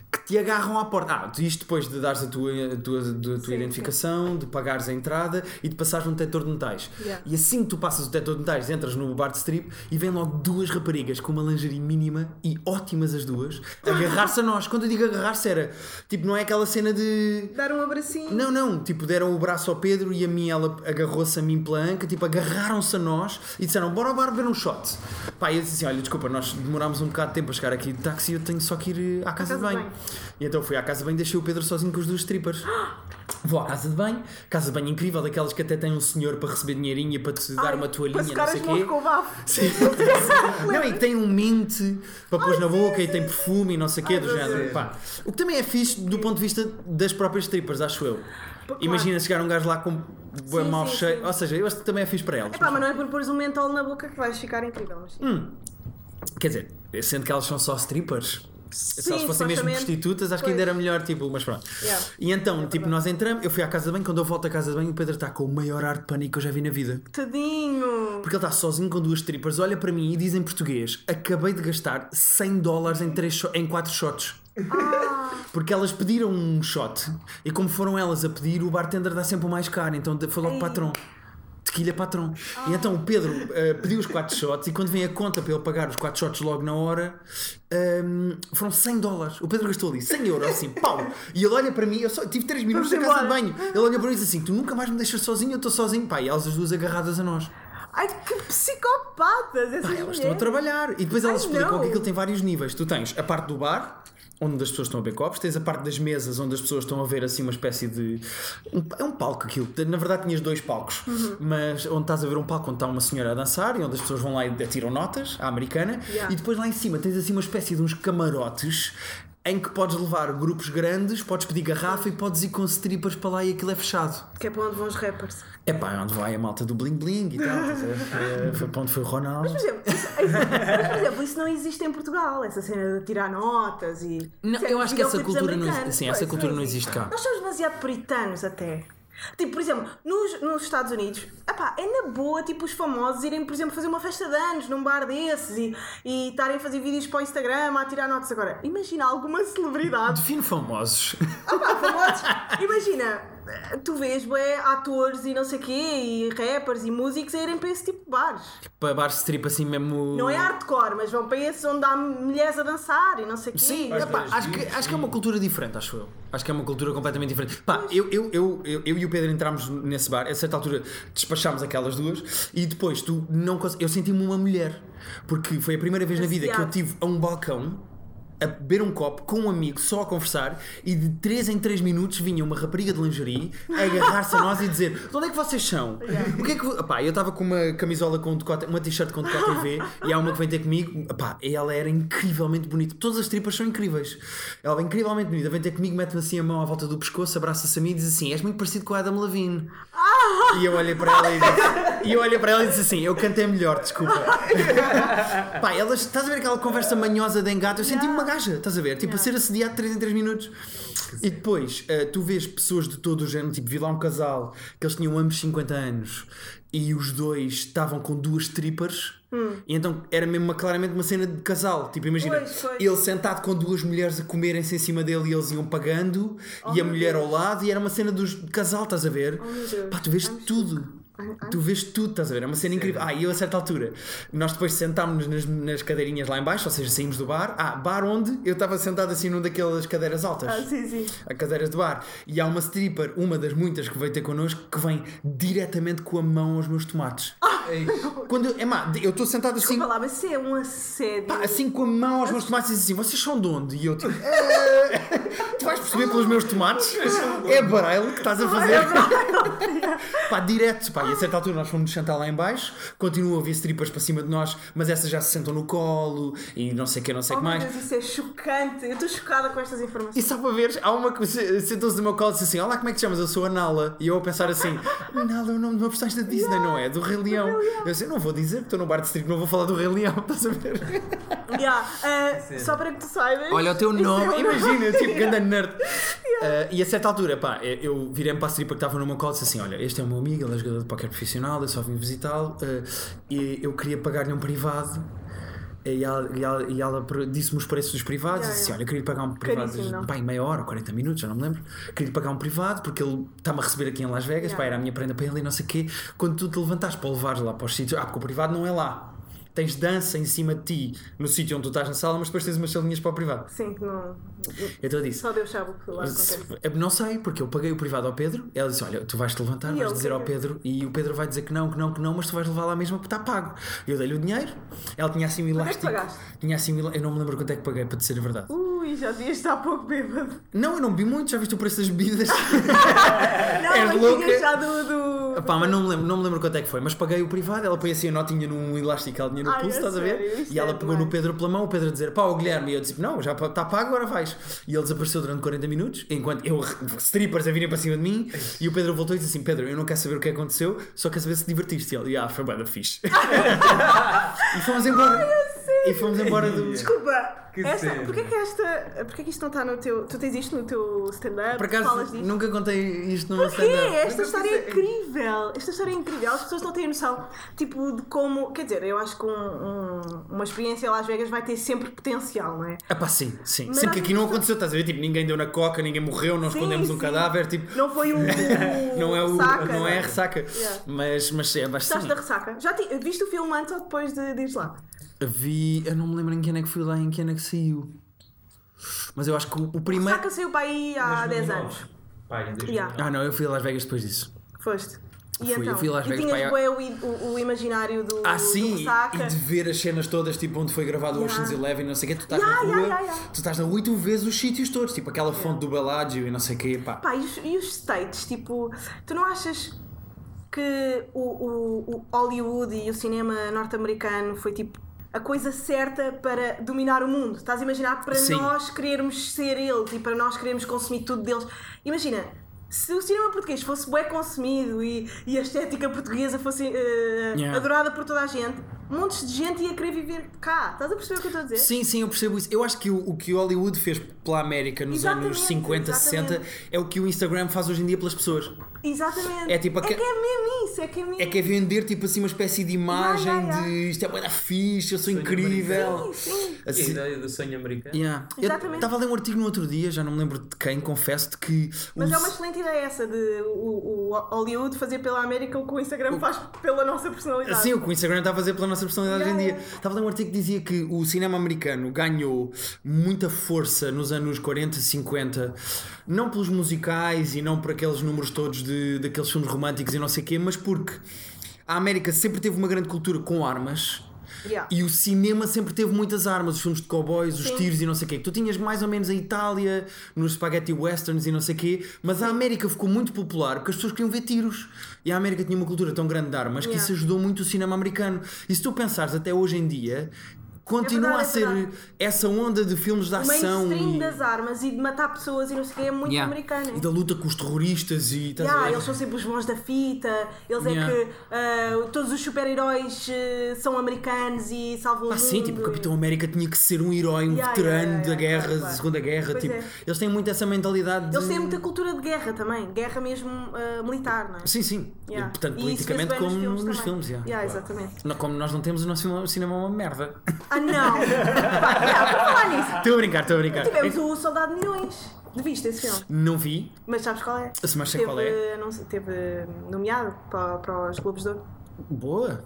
Que te agarram à porta. Ah, isto depois de dares a tua, a tua, da tua identificação, de pagares a entrada e de passares num detector de metais. Yeah. E assim que tu passas o detector de metais, entras no bar de strip e vêm logo duas raparigas com uma lingerie mínima e ótimas as duas, agarrar-se a nós. Quando eu digo agarrar-se, era tipo, não é aquela cena de. Dar um abracinho. Não, não, tipo, deram o braço ao Pedro e a mim, ela agarrou-se a mim pela anca, tipo, agarraram-se a nós e disseram, bora ao bar beber um shot. Pá, e eu disse assim, olha, desculpa, nós demorámos um bocado de tempo a chegar aqui de táxi e eu tenho só que ir eh, à casa, de banho. E então fui à casa de banho e deixei o Pedro sozinho com os dois [gasps] strippers. Vou à casa de banho, casa de banho incrível, daquelas que até tem um senhor para receber dinheirinho e para te dar uma toalhinha, Para não secar sei as o mãos quê. com o bafo. Sim. não, e tem um mint para pôr na boca e tem perfume e não sei o quê do género. Pá. O que também é fixe do ponto de vista das próprias strippers, acho eu. Claro. Imagina chegar um gajo lá com bué Sim, mau sim, sim. cheio. Ou seja, eu acho que também é fixe para elas. Epá, mas não é por pôres um mentol na boca que vais ficar incrível. Mas... sim. Hum. Quer dizer, sendo que elas são só strippers. Se Sim, elas fossem mesmo supostamente. prostitutas, acho que ainda Pois. era melhor, tipo, mas pronto. Yeah. É E então, tipo, nós entramos, eu fui à casa de banho, quando eu volto à casa de banho, o Pedro está com o maior ar de pânico que eu já vi na vida. Tadinho. Porque ele está sozinho com duas tripas, olha para mim e diz em português: Acabei de gastar 100 dólares em, três sho- em quatro shots. Ah. Porque elas pediram um shot e, como foram elas a pedir, o bartender dá sempre o mais caro, então foi logo patrão. Tequilha patrão. Ah. E então o Pedro eh, pediu os quatro shots e quando vem a conta para ele pagar os quatro shots logo na hora, ehm, foram 100 dólares. O Pedro gastou ali 100 euros, assim, pau! E ele olha para mim, eu só tive 3 minutos na Vamos casa de embora. banho. Ele olha para mim e diz assim: Tu nunca mais me deixas sozinho, eu estou sozinho. Pá, e elas as duas agarradas a nós. Ai, que psicopatas essas Pá, elas estão a mulheres. trabalhar. E depois É. Ai, elas explicam não. que aquilo tem vários níveis. Tu tens a parte do bar. Onde as pessoas estão a ver copos, tens a parte das mesas onde as pessoas estão a ver assim uma espécie de. um- é um palco aquilo. Na verdade tinhas dois palcos, Uhum. mas onde estás a ver um palco onde está uma senhora a dançar e onde as pessoas vão lá e atiram notas à americana. Yeah. E depois lá em cima tens assim uma espécie de uns camarotes em que podes levar grupos grandes, podes pedir garrafa e podes ir com strippers para lá e aquilo é fechado. Que é para onde vão os rappers. É pá, onde vai a malta do bling bling [laughs] e tal. estás a ver? Foi- Foi para onde foi o Ronaldo. Por exemplo, isso, [laughs] isso- mas, por exemplo, isso não existe em Portugal, essa cena de tirar notas e. Não, Certo, eu acho que essa videoclipes cultura não, americanos, exi- sim, essa pois, cultura não existe. existe cá. Nós somos demasiado puritanos até. Tipo, por exemplo, nos, nos Estados Unidos, epá, é na boa, tipo, os famosos irem, por exemplo, fazer uma festa de anos num bar desses e- e estarem a fazer vídeos para o Instagram, a tirar notas. Agora, imagina alguma [laughs] celebridade Defino famosos. Pá, famosos. Imagina, eh, tu vês bué, atores e não sei quê, e rappers e músicos a irem para esse tipo de bares. Para bar strip assim mesmo. Não é hardcore, mas vão para esses onde há mulheres a dançar e não sei quê. Sim, E, epá, pá, acho, que, acho que é uma cultura diferente, acho eu. Acho que é uma cultura completamente diferente. Pá, eu, eu, eu, eu, eu e o Pedro entramos nesse bar, a certa altura despachámos aquelas duas e depois tu não consegues. Eu senti-me uma mulher, porque foi a primeira vez na vida que eu Ansiado. tive a um balcão a beber um copo com um amigo só a conversar e de 3 em 3 minutos vinha uma rapariga de lingerie a agarrar-se a nós e dizer de onde é que vocês são? O que é que... vo-" Epá, eu estava com uma camisola com decote, uma t-shirt com decote em V e há uma que vem ter comigo epá, e ela era incrivelmente bonita todas as tripas são incríveis ela é incrivelmente bonita, vem ter comigo, mete-me assim a mão à volta do pescoço, abraça-se a mim e diz assim és muito parecido com a Adam Levine e eu olhei para ela e disse, e eu olhei para ela e disse assim, eu cantei [laughs] melhor, desculpa. Pá, elas, estás a ver aquela conversa manhosa de engato? Eu senti-me uma gaja, estás a ver? Tipo, a ser assediado 3 em 3 minutos. E depois, ah, tu vês pessoas de todo o género, tipo, vi lá um casal que eles tinham ambos 50 anos e os dois estavam com duas trippers. Hum. E então era mesmo uma- claramente uma cena de casal. Tipo, imagina, Pois, pois. ele sentado com duas mulheres a comerem-se em cima dele e eles iam pagando, Oh, e a mulher ao lado, e era uma cena dos, de casal, estás a ver? meu Deus. Pá, tu vês tudo. Ah, Tu vês tudo, estás a ver? É uma cena incrível. Ah, e eu a certa altura, nós depois sentámos-nos nas, nas cadeirinhas lá em baixo, ou seja, saímos do bar. Ah, bar onde eu estava sentado assim num daquelas cadeiras altas. Ah, sim, sim. A cadeiras de bar. E há uma stripper, uma das muitas que veio ter connosco, que vem diretamente com a mão aos meus tomates. Quando eu, é má, eu estou sentado assim, Ah! Desculpa lá, mas isso é um assédio. pá, assim com a mão aos meus tomates e diz assim: vocês são de onde? E eu tipo, "Eh, [laughs] tu vais perceber pelos meus tomates? É baralho que estás a é fazer. [laughs] Pá, direto, pá, e a certa altura nós fomos nos sentar lá em baixo, continuam a vir tripas para cima de nós, mas essas já se sentam no colo e não sei o que, não sei o Oh, que meu mais. Deus, isso é chocante. Eu estou chocada com estas informações. E só para ver, há uma que se- sentou-se no meu colo e disse assim: Olá, como é que te chamas? Eu sou a Nala. E eu a pensar assim: Nala é o nome de uma personagem da Disney, não é? Do Rei Leão. Eu assim: Não vou dizer, estou num bar de strip, não vou falar do Rei Leão, [laughs] estás a ver? Yeah, ah, só para que tu saibas. Olha o teu isso é nome, um [laughs] imagina, tipo, Yeah. ganda nerd. Ah, e a certa altura, pá, eu- eu virei-me para a stripper que estava numa cola e disse assim: Olha, este é o meu amigo, ele é jogador de póquer profissional, eu só vim visitá-lo ah, e eu queria pagar-lhe um privado. E ela, e ela- e ela per- disse-me os preços dos privados. Yeah, e disse: yeah. Olha, eu queria lhe pagar um privado, Caríssimo, não? pá, em meia hora ou 40 minutos, já não me lembro. Queria lhe pagar um privado porque ele está-me a receber aqui em Las Vegas, Yeah. pá, era a minha prenda para ele e não sei o quê. Quando tu te levantares para o levares lá para os sítios, ah, porque o privado não é lá. Tens dança em cima de ti no sítio onde tu estás na sala, mas depois tens umas salinhas para o privado. Sim, que não. Então eu disse: Só Deus sabe o que lá acontece. eu Não sei, porque eu paguei o privado ao Pedro. Ela disse: Olha, tu vais te levantar, E vais ele, dizer ao quer dizer- Pedro. E o Pedro vai dizer que não, que não, que não, mas tu vais levar lá mesmo porque está pago. Eu dei-lhe o dinheiro. Ela tinha assim um é que elástico. pagaste? Uh. tinha assim um elá- Eu não me lembro quanto é que paguei, para dizer a verdade. Ui, já devias estar pouco bêbado. Não, eu não bebi muito, já viste o preço [laughs] das bebidas. Não, És mas louca? tinha já do. do... Pá, mas não me, lembro, não me lembro quanto é que foi, mas paguei o privado, ela põe assim a notinha num elástico que ela tinha no Ai, pulso, é estás a sério? ver? Isto E ela é pegou no demais. Pedro pela mão, o Pedro a dizer, pá, o Guilherme, e eu disse, não, já está pago, agora vais. E ele desapareceu durante 40 minutos, enquanto eu, strippers a virem para cima de mim, e o Pedro voltou e disse assim, Pedro, eu não quero saber o que aconteceu, só quero saber se te divertiste. E ele, ah, foi [laughs] bada fixe. e fomos embora. E fomos embora do... Desculpa. Que esta, cena. porquê que esta. Porquê que isto não está no teu. Tu tens isto no teu stand-up? Por falas acaso, disto? nunca contei isto numa Porquê? stand-up. Esta história é incrível! Esta história é incrível. As pessoas não têm noção, tipo, de como. Quer dizer, eu acho que um- um- uma experiência em Las Vegas vai ter sempre potencial, não é? Ah pá, sim, sim. Mas Sempre que às aqui não aconteceu, estás a ver? Tipo, ninguém deu na coca, ninguém morreu, não Sim, escondemos um sim. cadáver, tipo... Não foi um, [laughs] o. não é o Saca, não é a ressaca Yeah. mas mas é Estás bastante da ressaca? Já ti- viste o filme antes ou depois de, de ires lá? vi eu não me lembro em que ano é que fui lá em que ano é que saiu mas eu acho que o, o primeiro Ressaca saiu para aí há 10 anos. Pá, em 2009. Yeah. ah não eu fui a Las Vegas depois disso Foste. E Fui, eu então? fui a Las e Vegas tinhas para bué aí- o, i- o- o imaginário do, ah do sim e, ressaca. e de ver as cenas todas tipo onde foi gravado o Yeah. Ocean's Eleven e não sei o quê tu estás Yeah, na rua yeah, yeah, yeah. tu estás na rua e tu vês os sítios todos tipo aquela fonte do Bellagio e não sei o quê pá Pá, e os, e os states, tipo, tu não achas que o, o- o Hollywood e o cinema norte-americano foi tipo a coisa certa para dominar o mundo? Estás a imaginar para Sim. nós querermos ser eles e para nós querermos consumir tudo deles? Imagina. Se o cinema português fosse bem consumido e, e a estética portuguesa fosse eh, Yeah. adorada por toda a gente, montes de gente ia querer viver cá. Estás a perceber o que eu estou a dizer? Sim, sim, eu percebo isso. Eu acho que o, o que Hollywood fez pela América nos Exatamente, anos 50, 60 exatamente. é o que o Instagram faz hoje em dia pelas pessoas. Exatamente. É tipo é aque- que é mesmo isso, é que é mesmo. É que é vender tipo assim uma espécie de imagem Ya, ya, ya. de isto é bué da fixe, eu sou Sonho incrível. Sim, sim. A Assim- ideia do sonho americano. Yeah. Eu Exatamente. estava a ler um artigo no outro dia, já não me lembro de quem, confesso que. Mas o- é uma excelente ideia essa de o, o Hollywood fazer pela América o que o Instagram faz pela nossa personalidade. Sim, Assim, o que o Instagram está a fazer pela nossa personalidade Yeah, hoje em dia. yeah. Estava a ler um artigo que dizia que o cinema americano ganhou muita força nos anos 40, 50, não pelos musicais e não por aqueles números todos de, daqueles filmes românticos e não sei o quê, mas porque a América sempre teve uma grande cultura com armas. Yeah. E o cinema sempre teve muitas armas, os filmes de cowboys, os Sim. tiros e não sei o quê. Tu tinhas mais ou menos a Itália, nos spaghetti westerns e não sei o quê, mas a América ficou muito popular porque as pessoas queriam ver tiros. E a América tinha uma cultura tão grande de armas que Yeah. isso ajudou muito o cinema americano. E se tu pensares até hoje em dia, verdade, continua a é ser verdade. essa onda de filmes de O ação mainstream e, das armas e de matar pessoas e não sei o que é muito Yeah. americano. e da luta com os terroristas e estás a Yeah, ver? eles são sempre os bons da fita, eles Yeah. é que ah, todos os super-heróis eh, são americanos e salvam Pá, o mundo. sim, tipo, o e- Capitão América tinha que ser um herói, um Yeah, veterano yeah, yeah, da yeah, guerra, claro, da claro. Segunda Guerra. Pois tipo, é. Eles têm muito essa mentalidade de. Eles têm muita cultura de guerra também, guerra mesmo ah, militar, não é? Sim, sim. Yeah. Portanto, E isso vê-se politicamente, bem como nos também. filmes. yeah. Yeah, exatamente. Não, como nós não temos, o nosso cinema- o cinema é uma merda. Ah, não! [laughs] Pá, yeah, por falar nisso, Estou a brincar, estou a brincar. tivemos o Soldado de Milhões. De vista esse filme. Não vi. Mas sabes qual é? Se mais sei teve, qual é. eh, Não sei, teve eh, nomeado para, para os Globos de [laughs] Ouro. [laughs] Boa.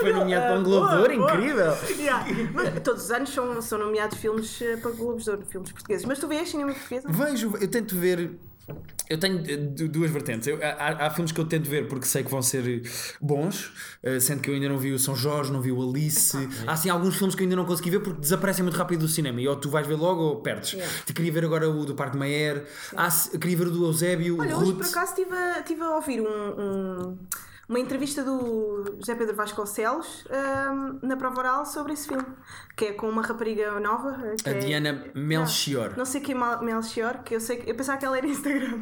Foi nomeado para um Globo de boa, Ouro, boa. incrível. Yeah. Mas todos os anos são, são nomeados filmes eh, para Globos de Ouro, filmes portugueses. Mas tu vês cinema português? não? Vejo, eu tento ver. Eu tenho eh, du- duas vertentes. Eu- há, há filmes que eu tento ver porque sei que vão ser bons, eh, sendo que eu ainda não vi o São Jorge, não vi o Alice. Ah, Há assim alguns filmes que eu ainda não consegui ver porque desaparecem muito rápido do cinema e ou tu vais ver logo ou perdes. Te queria ver agora o do Parque Mayer, há, se- queria ver o do Eusébio, Olha, o hoje Ruth. por acaso estive a, estive a ouvir um- um- uma entrevista do José Pedro Vasconcelos ahm, na prova oral sobre esse filme, que é com uma rapariga nova. eh, que A é- Diana Melchior. Não, não sei quem é Mal- Melchior, que eu sei que- eu pensava que ela era [laughs] Instagram.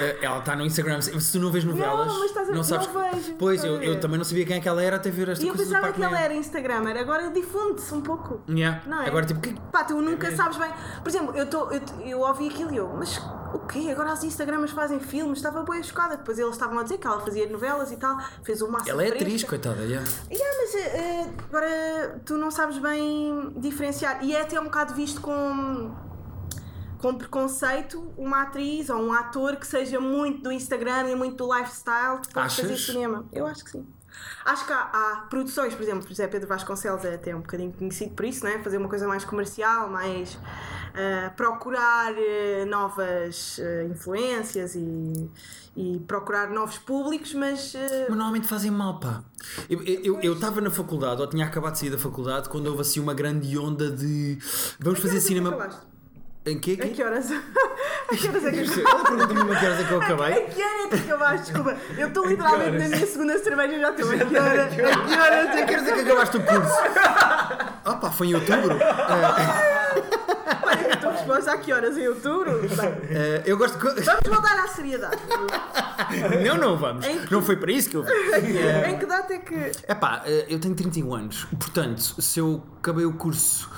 Eh, Ela está no Instagram. Se tu não vês novelas, Não, mas estás a- não vejo, Pois, estás a eu, eu ver. também não sabia quem é que ela era até ver esta E eu coisa do pensava Parque que ela Mayer. era Instagram, agora difunde-se um pouco. Yeah. Não é? Agora, tipo, que- Pá, tu nunca sabes bem. Por exemplo, eu, tô, eu, eu ouvi aquilo e eu, mas o quê? Agora as Instagramas fazem filmes? Estava bem chocada. Depois eles estavam a dizer que ela fazia novelas e tal, fez o máximo. ela é atriz, coitada. yeah. Yeah, mas eh, eh, agora tu não sabes bem diferenciar. E é até um bocado visto com, com preconceito uma atriz ou um ator que seja muito do Instagram e muito do lifestyle que pode fazer Achas? cinema. Eu acho que sim. Acho que há, há produções, por exemplo, José Pedro Vasconcelos é até um bocadinho conhecido por isso, né? fazer uma coisa mais comercial, mais eh, procurar eh, novas eh, influências e, e procurar novos públicos, mas. eh, Mas normalmente fazem mal, pá. Eu estava eu, eu estava na faculdade, ou tinha acabado de sair da faculdade, quando houve assim uma grande onda de vamos fazer Mas tu cinema. acabaste? Em quê? A quê? que horas? [laughs] A que horas é que eu Ela pergunta-me uma coisa que [laughs] eu A acabei. que hora é que acabaste? Desculpa, eu estou literalmente na minha segunda cerveja já estou. A tá, que hora? A que horas é Eu que quero dizer que acabaste o curso. Ah, pá, foi em outubro. Olha, a tua resposta a que horas em [laughs] outubro? Bem, Eh, eu gosto. que- vamos voltar à seriedade. [laughs] Não, não vamos. Em que- Não foi para isso que eu vi. Em que data é que. É pá, eu tenho 31 anos, portanto, se eu acabei o curso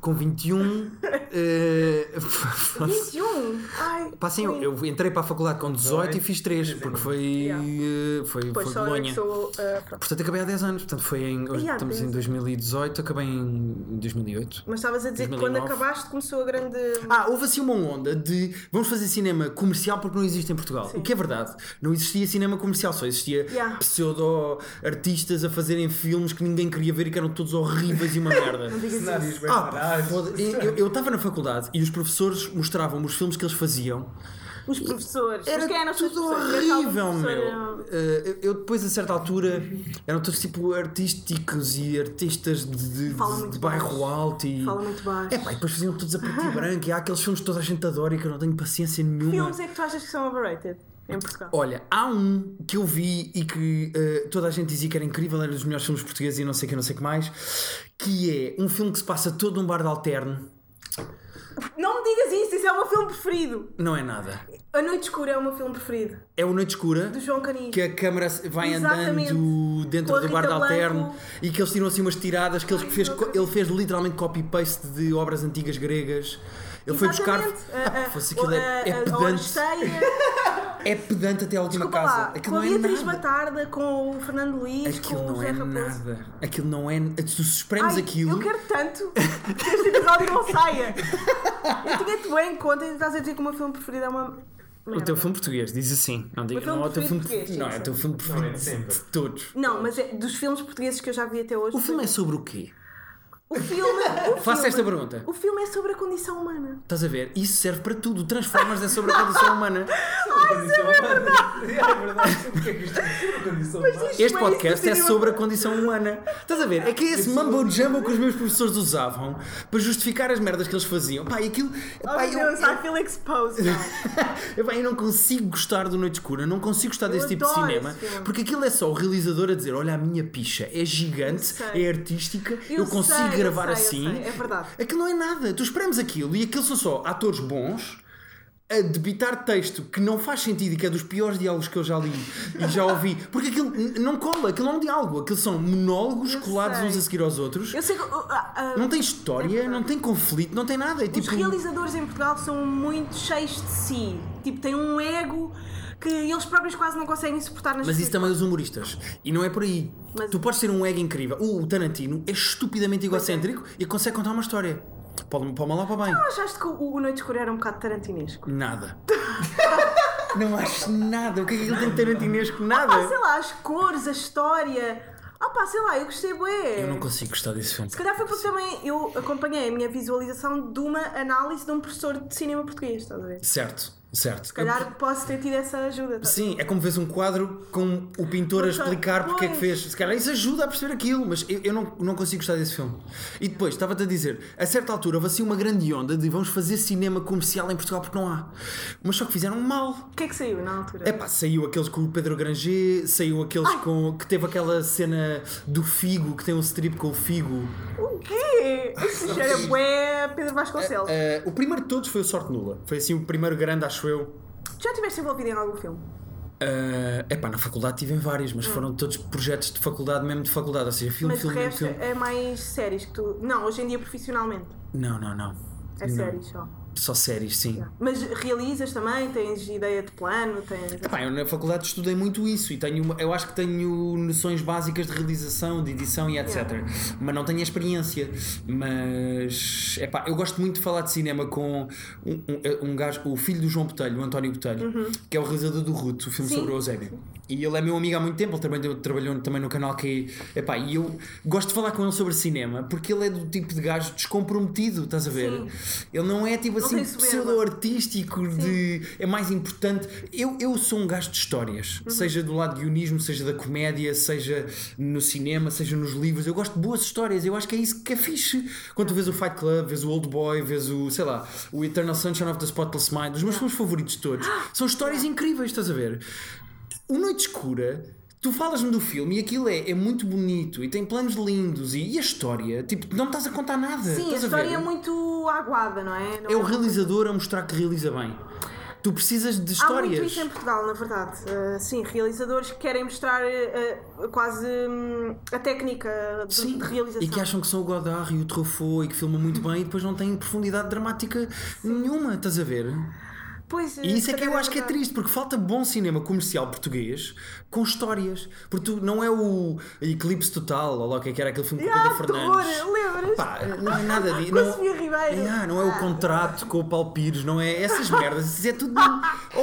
com 21. eh, [laughs] 21? Ai. Pá, sim, eu, eu entrei para a faculdade com 18 e fiz 3, porque foi. eh, Foi, Pois foi só eu que Bolonha. sou. ah, pronto. Portanto, acabei há 10 anos, portanto, foi em. Hoje E há estamos 10 em anos. 2018, acabei em 2008. Mas estavas a dizer que quando 2009. acabaste começou a grande. Ah, houve assim uma onda de vamos fazer cinema comercial porque não existe em Portugal. O que é verdade. Não existia cinema comercial, só existia Yeah. pseudo-artistas a fazerem filmes que ninguém queria ver e que eram todos horríveis e uma merda. Cenários bem Ah, pá, parados. foda- eu- eu estava na faculdade e os professores mostravam-me os filmes que eles faziam. Os professores. Mas Era quem eram os teus tudo professores? Tiveste algum horrível, meu. professor, ah, Eh, eu- eu depois, a certa altura, eram todos tipo artísticos e artistas de, de- Fala de muito bairro baixo. alto e. Fala muito baixo. É, pá, e depois faziam todos a preto e branco e há aqueles filmes que toda a gente adora e que eu não tenho paciência nenhuma. Filmes é que tu achas que são overrated em Portugal? Olha, há um que eu vi e que eh, toda a gente dizia que era incrível, era um dos melhores filmes portugueses e não sei o que, não sei o que mais, que é um filme que se passa todo num bar de alterno. Não me digas isso, isso isso, é o meu filme preferido. Não é nada. A Noite Escura é o meu filme preferido, É o Noite Escura. do João Canis. que a câmara vai Exatamente. andando Com dentro a do Rita guarda alterno Blanco. e que eles tiram assim umas tiradas que ele fez, ele fez literalmente copy-paste de obras antigas gregas. Ele foi buscar. Ah, [laughs] fosse aquilo é, é a pedante. [laughs] Oristeia, É pedante até a última desculpa casa. lá, Aquilo com a não é Beatriz nada. Batarda, com o Fernando Luís, Aquilo com o não Zé é Raposo. nada. Aquilo não é. Se espremes Ai, aquilo. Eu quero tanto que este episódio não [laughs] saia. Eu tinha-te bem em conta e estás a dizer que o meu filme preferido é uma. O merda. teu filme português, diz assim. Não diga, O filme não é o teu filme preferido português, sim, Não, é o sim. teu filme Não, é preferido de sempre. de todos. Não, mas é dos filmes portugueses que eu já vi até hoje. O filme é sobre o quê? O filme. [laughs] o Faço filme- esta pergunta. O filme é sobre a condição humana. Estás a ver? Isso serve para tudo. Transformers é sobre a condição humana. Condição humana. [laughs] É verdade. O que é que isto é sobre a condição humana? Este podcast é sobre tipo, a condição humana. Estás a ver? É que é esse mambo jumbo que os meus professores usavam para justificar as merdas que eles faziam. Pá, e aquilo. Oh, Pá, meu eu, Deus, eu- I feel exposed. now. eu, pá, eu não consigo gostar do Noite Escura, não consigo gostar desse tipo de adoro cinema, esse filme. porque aquilo é só o realizador a dizer: Olha, a minha picha é gigante, Eu sei. é artística, eu, Eu consigo sei, eu gravar sei, eu assim. sei, é verdade. Aquilo não é nada. Tu esperamos aquilo e aquilo são só atores bons. A debitar texto que não faz sentido e que é dos piores diálogos que eu já li e já ouvi, porque aquilo n- não cola, aquilo não é um diálogo, aquilo são monólogos Eu colados sei. uns a seguir aos outros, Eu sei que. uh, uh, não tem história, não tem conflito, não tem nada. É Os tipo. realizadores em Portugal são muito cheios de si. Tipo, têm um ego que eles próprios quase não conseguem suportar nas Mas suas isso também é os humoristas. E não é por aí. Mas- Tu podes ser um egg incrível. O Tarantino é estupidamente egocêntrico e consegue contar uma história. Pode, pode mal ou para bem. Achaste que o, o Noite Escura era um bocado tarantinesco? Nada. [laughs] não acho nada. O que é que ele tem de tarantinesco? Ah, sei Nada. lá, as cores, a história. Ah pá, sei lá, eu gostei bué. Eu não consigo gostar desse filme. Se calhar foi porque também eu acompanhei a minha visualização de uma análise de um professor de cinema português, estás a ver? Certo, certo. Se calhar posso ter tido essa ajuda. tá? Sim, é como vês um quadro com o pintor a Pois é, explicar porque é que pois. fez. Se calhar isso ajuda a perceber aquilo, mas eu, eu não, não consigo gostar desse filme. E depois, estava-te a dizer, a certa altura houve assim uma grande onda de vamos fazer cinema comercial em Portugal porque não há. Mas só que fizeram mal. O que é que saiu na altura? Epá, saiu aqueles com o Pedro Granger, saiu aqueles com que teve aquela cena do Figo, que tem um strip com o Figo. O [laughs] quê? Isso já era bué Pedro Vasconcelos. Eh, o primeiro de todos foi o Sorte Nula. Foi assim o primeiro grande, acho eu. Já estiveste envolvido em algum filme? Eh, epá, na faculdade tive em vários, mas foram todos projetos de faculdade, mesmo de faculdade. Ou seja, filme, Hum. Mas de filme, mesmo resto filme. é mais séries que tu. Não, hoje em dia profissionalmente. Não, não, não. É Não. séries só. Só séries, sim. Mas realizas também? Tens ideia de plano? Tens. Epá, eu na faculdade estudei muito isso e tenho, uma- eu acho que tenho noções básicas de realização, de edição e etc. Yeah. Mas não tenho experiência. Mas epá, eu gosto muito de falar de cinema com um, um, um gajo, o filho do João Botelho, o António Botelho, que é o realizador do Ruto, o filme Uhum. Sim. sobre o Eusébio. E ele é meu amigo há muito tempo, ele trabalhou, trabalhou também no canal que epá, e eu gosto de falar com ele sobre cinema porque ele é do tipo de gajo descomprometido, estás a ver? Sim. Ele não é tipo assim tem soberba. pseudo artístico de é mais importante. Eu, eu sou um gajo de histórias, Uhum. seja do lado de guionismo, seja da comédia, seja no cinema, seja nos livros. Eu gosto de boas histórias, eu acho que é isso que é fixe. Quando tu vês o Fight Club, vês o Old Boy, vês o, sei lá, o Eternal Sunshine of the Spotless Mind, Ah. os meus filmes favoritos de todos, são histórias incríveis, estás a ver? O Noite Escura. Tu falas-me do filme e aquilo é, é muito bonito e tem planos lindos e, e a história, tipo, não me estás a contar nada. Sim, a estás história ver? é muito aguada, não é? Não É o realizador a mostrar que realiza bem. Tu precisas de Há muito histórias. isso em Portugal, na verdade. Uh, sim, realizadores que querem mostrar uh, uh, quase hum, a técnica de, Sim, de realização. e que acham que são o Godard e o Truffaut e que filmam muito bem e depois não têm profundidade dramática nenhuma, estás a ver? Pois, E isso é que eu também acho que é verdade. triste, porque falta bom cinema comercial português com histórias. Porque tu não é o Eclipse Total, ou lá o que é que era aquele filme com o Ah, Pedro que terror! Fernandes. Lembras? Pá, não é nada disso. Com a Sofia Ribeiro. Ah, não é o contrato com o Paulo Pires, não é essas merdas, isso é tudo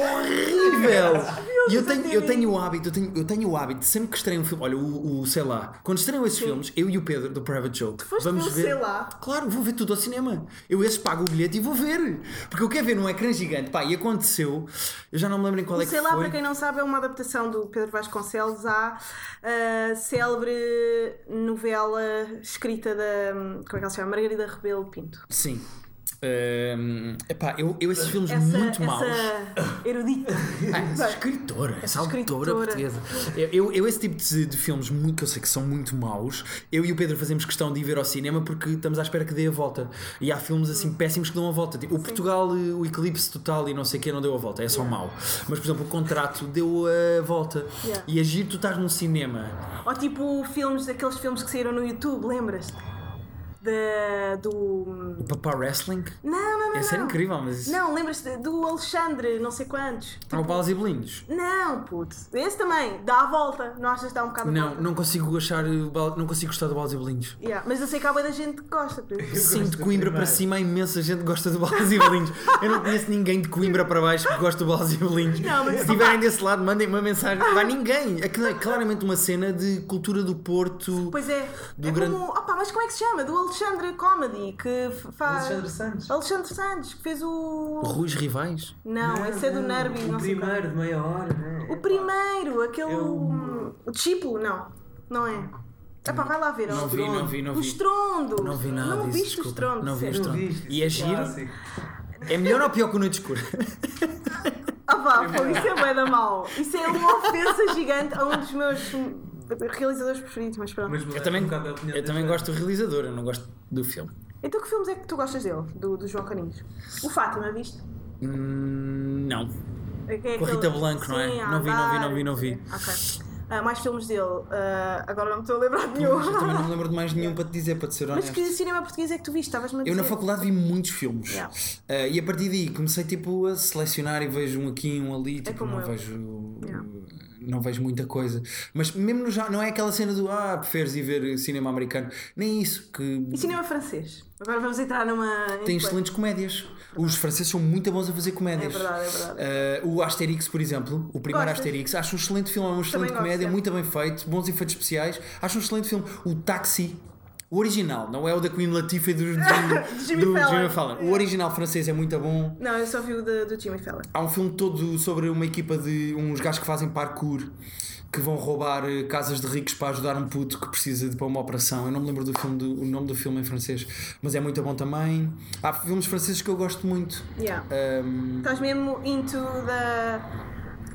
[laughs] horrível. E eu tenho, eu tenho o hábito, eu tenho, eu tenho o hábito, de sempre que estreio um filme, olha, o, o- sei lá, quando estreiam esses filmes, eu e o Pedro do Private Joke, foste ver o Sei Lá? Claro, vou ver tudo ao cinema. Eu esses pago o bilhete e vou ver. Porque eu quero ver num ecrã gigante. Pá, e aconteceu, eu já não me lembro em qual é que Sei lá, foi. para quem não sabe, é uma adaptação do Pedro Vasconcelos à ah, célebre novela escrita da. hum, Como é que ela se chama? Margarida Rebelo Pinto. Sim. Ahm, Hum, epá, eu, eu esses filmes Essa, muito essa maus. [laughs] erudita. Ah, essa Bem, escritora, essa essa autora escritora. portuguesa. Eu, eu, eu esse tipo de, de filmes muito, que eu sei que são muito maus, eu e o Pedro fazemos questão de ir ver ao cinema porque estamos à espera que dê a volta. E há filmes assim péssimos que dão a volta. Tipo, o Portugal, eh, o Eclipse Total e não sei o que não deu a volta, é só mau. Mas, por exemplo, o Contrato deu a volta. Yeah. E agir, tu estás num cinema. Ou tipo filmes, aqueles filmes que saíram no YouTube, lembras-te? Da- do. O Papá Wrestling? Não, não, não. Esse era não. incrível, mas. isso- Não, lembras-te do Alexandre, não sei quantos. Há o Balas e Bolinhos. Não, puto. Esse também, dá a volta. Não achas que dá um bocado a Não, volta? não consigo achar. eh, bal- Não consigo gostar do Balas e Bolinhos. Yeah, Mas eu sei que há boa da gente que gosta. por exemplo. Sim, gosto de do Coimbra para primeiro. cima, há imensa gente que gosta de balas e bolinhos. Eu não conheço ninguém de Coimbra para baixo que gosta de balas e bolinhos. Não, mas- Se estiverem desse lado, mandem-me uma mensagem. Não há ninguém. Aquilo é claramente uma cena de cultura do Porto. Pois é. Do é grande- como. Opa, mas como é que se chama? Do Alexandre Comedy, que f- faz. Alexandre Santos. Alexandre Santos, que fez o. Ruiz Rivais. Não, esse é do Nerby, O não sei qual. primeiro, de meia hora, né? O primeiro, aquele. Eu- O discípulo, não. Não é? Epá, vai lá ver. Não o vi, estrondo. não vi, não O vi. estrondo. Não vi nada Não disso, viste o desculpa. estrondo. Não vi o sério. Não Estrondo. viste, E é isso giro? clássico. É melhor ou pior que o Noite Escura? Ah vá, pô, isso é bué da mau. Isso é uma ofensa gigante a um dos meus realizadores preferidos, mas pronto. Mas Eu também, um bocado a opinião eu da também Joana. gosto do realizador, eu não gosto do filme. Então que filmes é que tu gostas dele? Do, do João Caninhos? O Fátima, viste? Hum, não. É que é Com a aquele- Rita Blanco, não é? Sim, a Não vi, não vi, andar. não vi, não vi. Ok. Ah, mais filmes dele. Ah, agora não me estou a lembrar de nenhum. Mas eu também não me lembro de mais nenhum para te dizer, para te [laughs] ser Mas honesto. que cinema português é que tu viste? Estavas-me a Eu na dizer. faculdade vi muitos filmes Yeah. Ah, e a partir daí comecei tipo a selecionar e vejo um aqui um ali, tipo, É como não eu. vejo Yeah. não vejo muita coisa. Mas mesmo no, já- não é aquela cena do ah, preferes ir ver cinema americano, nem isso que E cinema francês? Agora vamos entrar numa... tem excelentes comédias. Os franceses são muito bons a fazer comédias. É verdade, é verdade. Ah, o Asterix, por exemplo, o primeiro Gostas? Asterix, acho um excelente filme, é uma excelente gosto, comédia, é. muito bem feito, bons efeitos especiais, acho um excelente filme. O Taxi, o original, não é o da Queen Latifah [laughs] e do, do, Jimmy do Fallon. Jimmy Fallon. O original francês é muito bom. Não, eu só vi o de- do Jimmy Fallon. Há um filme todo sobre uma equipa de uns gajos que fazem parkour que vão roubar eh, casas de ricos para ajudar um puto que precisa de para uma operação. Eu não me lembro do filme do- o nome do filme em francês, mas é muito bom também. Há filmes franceses que eu gosto muito. Yeah. Ahm, Estás mesmo into the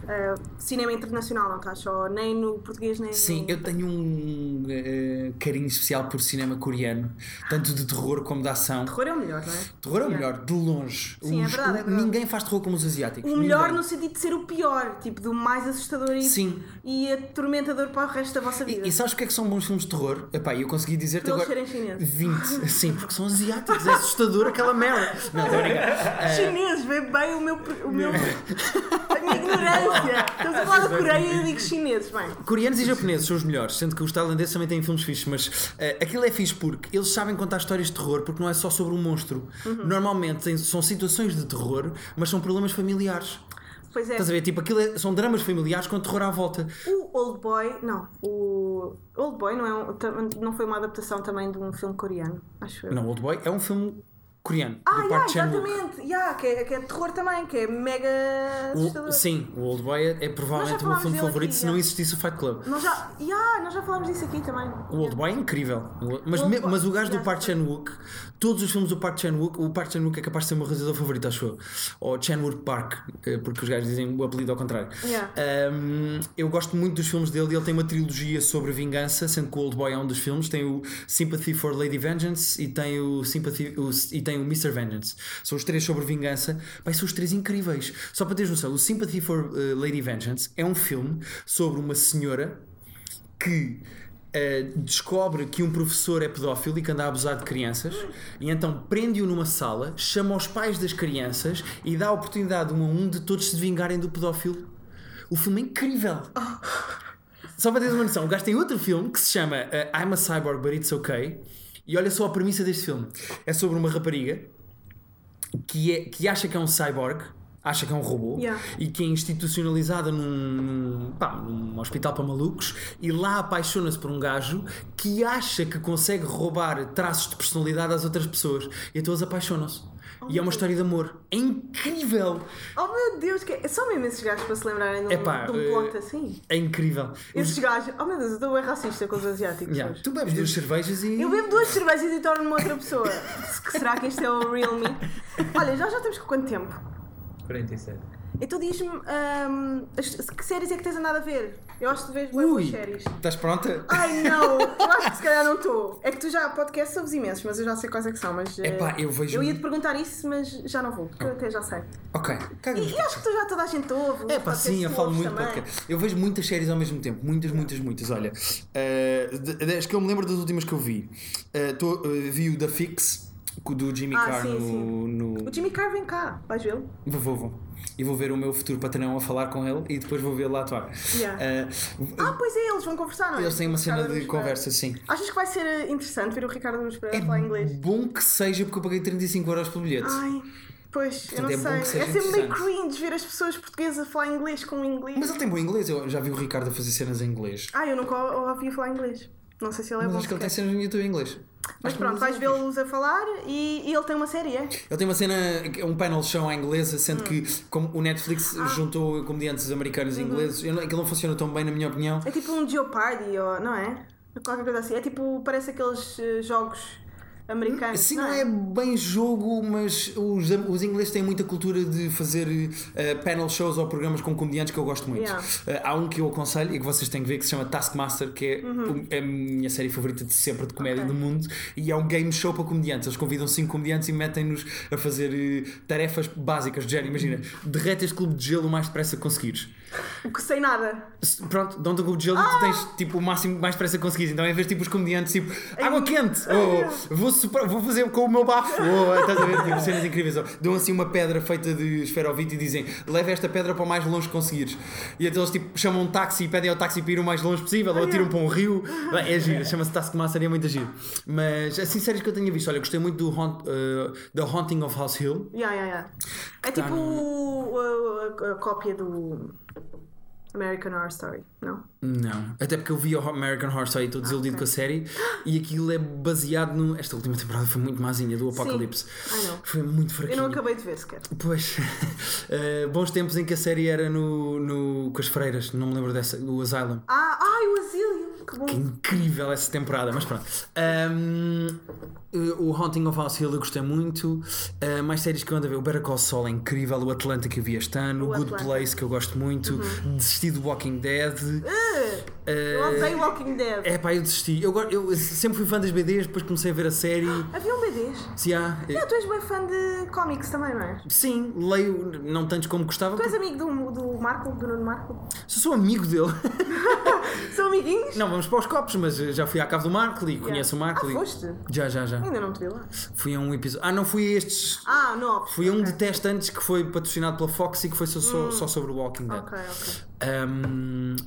eh, cinema internacional, não estás? Só nem no português, nem Sim, no... eu tenho um eh, carinho especial por cinema coreano, tanto de terror como de ação. Terror é o melhor, não é? Terror é o melhor, de longe. Sim, é Os- verdade, é verdade. Ninguém faz terror como os asiáticos. O melhor ninguém. no sentido de ser o pior, tipo, do mais assustador e, Sim. e atormentador para o resto da vossa vida. E, e sabes porque é que são bons filmes de terror? Epá, eu consegui dizer-te Por eles agora. serem chineses. [laughs] 20, sim, porque são asiáticos, é assustador aquela merda. Não, estou a brincar. Chineses, vê bem o meu. O [laughs] meu a minha ignorância. Estamos a falar da Coreia e eu digo chineses, bem. Coreanos e japoneses são os melhores, sendo que os tailandeses também têm filmes fixes, mas eh, aquilo é fixe porque eles sabem contar histórias de terror, porque não é só sobre um monstro. Uhum. Normalmente tem- são situações de terror, mas são problemas familiares. Pois é. Estás a ver? Tipo, aquilo é- são dramas familiares com terror à volta. O Old Boy, não, o Old Boy não, é um- tam- não foi uma adaptação também de um filme coreano, acho eu. Não, Old Boy é um filme coreano, Ah, do yeah, Park Chan-wook. exatamente! Yeah, que, é, que é terror também, que é mega é assustador. O- Sim, o Old Boy é, é provavelmente o meu falámos filme dele favorito aqui, se não é. existisse o Fight Club. Nós já, yeah, nós já falámos disso aqui também. O Old Boy é incrível. Mas, Old me- Boy, mas o gajo do já Park Chan-wook, todos os filmes do Park Chan-wook, o Park Chan-wook é capaz de ser o meu realizador favorito, acho eu. Ou Chan-wook Park, eh, porque os gajos dizem o apelido ao contrário. Yeah. Um, eu gosto muito dos filmes dele. Ele tem uma trilogia sobre vingança, sendo que o Old Boy é um dos filmes. Tem o Sympathy for Lady Vengeance e tem o, Sympathy, o- e tem o Mr. Vengeance. São os três sobre vingança. Pai, são os três incríveis. Só para teres noção, o Sympathy for eh, Lady Vengeance é um filme sobre uma senhora que eh, descobre que um professor é pedófilo e que anda a abusar de crianças e então prende-o numa sala, chama os pais das crianças e dá a oportunidade um a um de todos se vingarem do pedófilo. O filme é incrível. Só para teres uma noção, o gajo tem outro filme que se chama eh, I'm a Cyborg But It's Okay e olha só a premissa deste filme. É sobre uma rapariga que, é, que acha que é um cyborg, acha que é um robô Yeah. e que é institucionalizada num, num, pá, num hospital para malucos e lá apaixona-se por um gajo que acha que consegue roubar traços de personalidade às outras pessoas e então eles apaixonam-se. e é uma história de amor. É incrível! Oh meu Deus, que é, são mesmo esses gajos para se lembrarem de um, Epá, de um eh, plot assim. É incrível. Esses gajos, oh meu Deus, eu estou bem racista com os asiáticos. Yeah. hoje. Tu bebes duas cervejas e. Eu bebo duas cervejas e torno-me outra pessoa. Se- Será que este é o real me? Olha, já já estamos com quanto tempo? 47. Então diz-me ahm, as- que séries é que tens andado a ver? Eu acho que tu vês bué boas Ui, séries. estás pronta? Ai não, eu acho que se calhar não estou. É que tu já, podcast sabes imensos, mas eu já sei quais é que são. Mas, eh, Epá, eu vejo- um- Eu ia te perguntar isso, mas já não vou, porque eu até já sei. Ok, caga E, e acho que tu já toda a gente ouve. É pá, podcast sim, eu tu falo ouves muito de também. podcast. Eu vejo muitas séries ao mesmo tempo, muitas, muitas, muitas. Olha, uh, de- das que eu me lembro das últimas que eu vi, uh, tô- uh, vi o da Fix, com o do Jimmy Ah, Carr sim, no. sim. no- O Jimmy Carr vem cá, vais vê-lo? Vou, vou, vou. E vou ver o meu futuro patrão a falar com ele e depois vou vê-lo a atuar. Yeah. Uh, Ah, pois é, eles vão conversar, não é? eles têm uma cena Ricardo de Aruz Pereira. conversa, sim. Achas que vai ser eh, interessante ver o Ricardo Aruz Pereira É falar inglês? bom que seja porque eu paguei 35 euros pelo bilhete. Ai, pois, eu Portanto, não é bom que sei. seja É sempre meio interessante. cringe ver as pessoas portuguesas a falar inglês com um inglês. Mas ele tem bom inglês, eu já vi o Ricardo a fazer cenas em inglês. Ah, eu nunca o- ouvi falar inglês. Não sei se ele é Mas bom. acho que ele tem sequer. cenas no YouTube em inglês. Mas Acho que pronto, ele vais é fixe. vê-los a falar e, e ele tem uma série, é? Ele tem uma cena, um painel show à inglesa, Hum. sendo que como o Netflix Ah. juntou comediantes americanos e Uhum. ingleses, eu não- aquilo não funciona tão bem, na minha opinião. É tipo um Geopardy, ou, não é? Qualquer coisa assim. É tipo, parece aqueles eh, jogos americanos. Sim, não é bem jogo, mas os, os ingleses têm muita cultura de fazer eh, panel shows ou programas com comediantes que eu gosto muito. Yeah. Eh, há um que eu aconselho e que vocês têm que ver que se chama Taskmaster, que é o- a minha série favorita de sempre de comédia Uhum. Ok. do mundo, e é um game show para comediantes. Eles convidam cinco comediantes e metem-nos a fazer eh, tarefas básicas. Jerry, imagina, derrete este clube de gelo o mais depressa que conseguires. O que sem nada. Se- Pronto, dão-te um cubo de gelo e tu tens tipo, o máximo mais depressa que conseguires. Então, em vez de tipo, os comediantes, tipo, água quente, ou vou, sopra- vou fazer com o meu bafo, ou estás a ver, tipo, cenas incríveis. Ou, dão assim uma pedra feita de esferovite e dizem, leva esta pedra para o mais longe que conseguires. E então eles tipo, chamam um táxi e pedem ao táxi para ir o mais longe possível, ou tiram para um rio. Bem, É giro, chama-se Taskmaster e é muito giro. Mas, assim, séries que eu tenha visto, olha, gostei muito do Haunt, eh, The Haunting of House Hill. Yeah, yeah, yeah. É tipo o- a, a- a cópia do American Horror Story, não? Não. Até porque eu vi o American Horror Story e estou desiludido com Ah, a série. E aquilo é baseado no. Esta última temporada foi muito mazinha do Apocalipse. I know. Foi muito Eu fraquinho. não acabei de ver sequer. Pois. [laughs] Eh, bons tempos em que a série era no, no. com as freiras, não me lembro dessa. O Asylum. Ah, ai, o Asílio! Que bom! Que incrível essa temporada, mas pronto. Ahm, eh, o Haunting of House Hill eu gostei muito. Ah, mais séries que eu ando a ver. O Better Call Saul é incrível. O Atlanta que eu vi este ano. O O Good Atlanta. Place que eu gosto muito. Desisti do Walking Dead. Ah, eu Eh, odeio Walking Dead. É pá, eu desisti. Eu, go- eu sempre fui fã das BDs, depois comecei a ver a série. Havia um BDs. Se há. eh, Ah, tu és bem fã de cómics também, não és? Sim, leio, não tanto como gostava. Tu és amigo do, do Marco, do Nuno Marco? [laughs] porque Sou amigo dele. [laughs] São amiguinhos? Não, vamos para os copos, mas eh, já fui à cave do Marco e conheço o Marco. Ah, e- foste? Já, já, já. Ainda não te vi lá. Fui a um episódio. Ah, não fui a estes. Ah, não. Fui a um de teste antes que foi patrocinado pela Fox e que foi só, só, só sobre o Walking Dead. Hum. Ok, ok.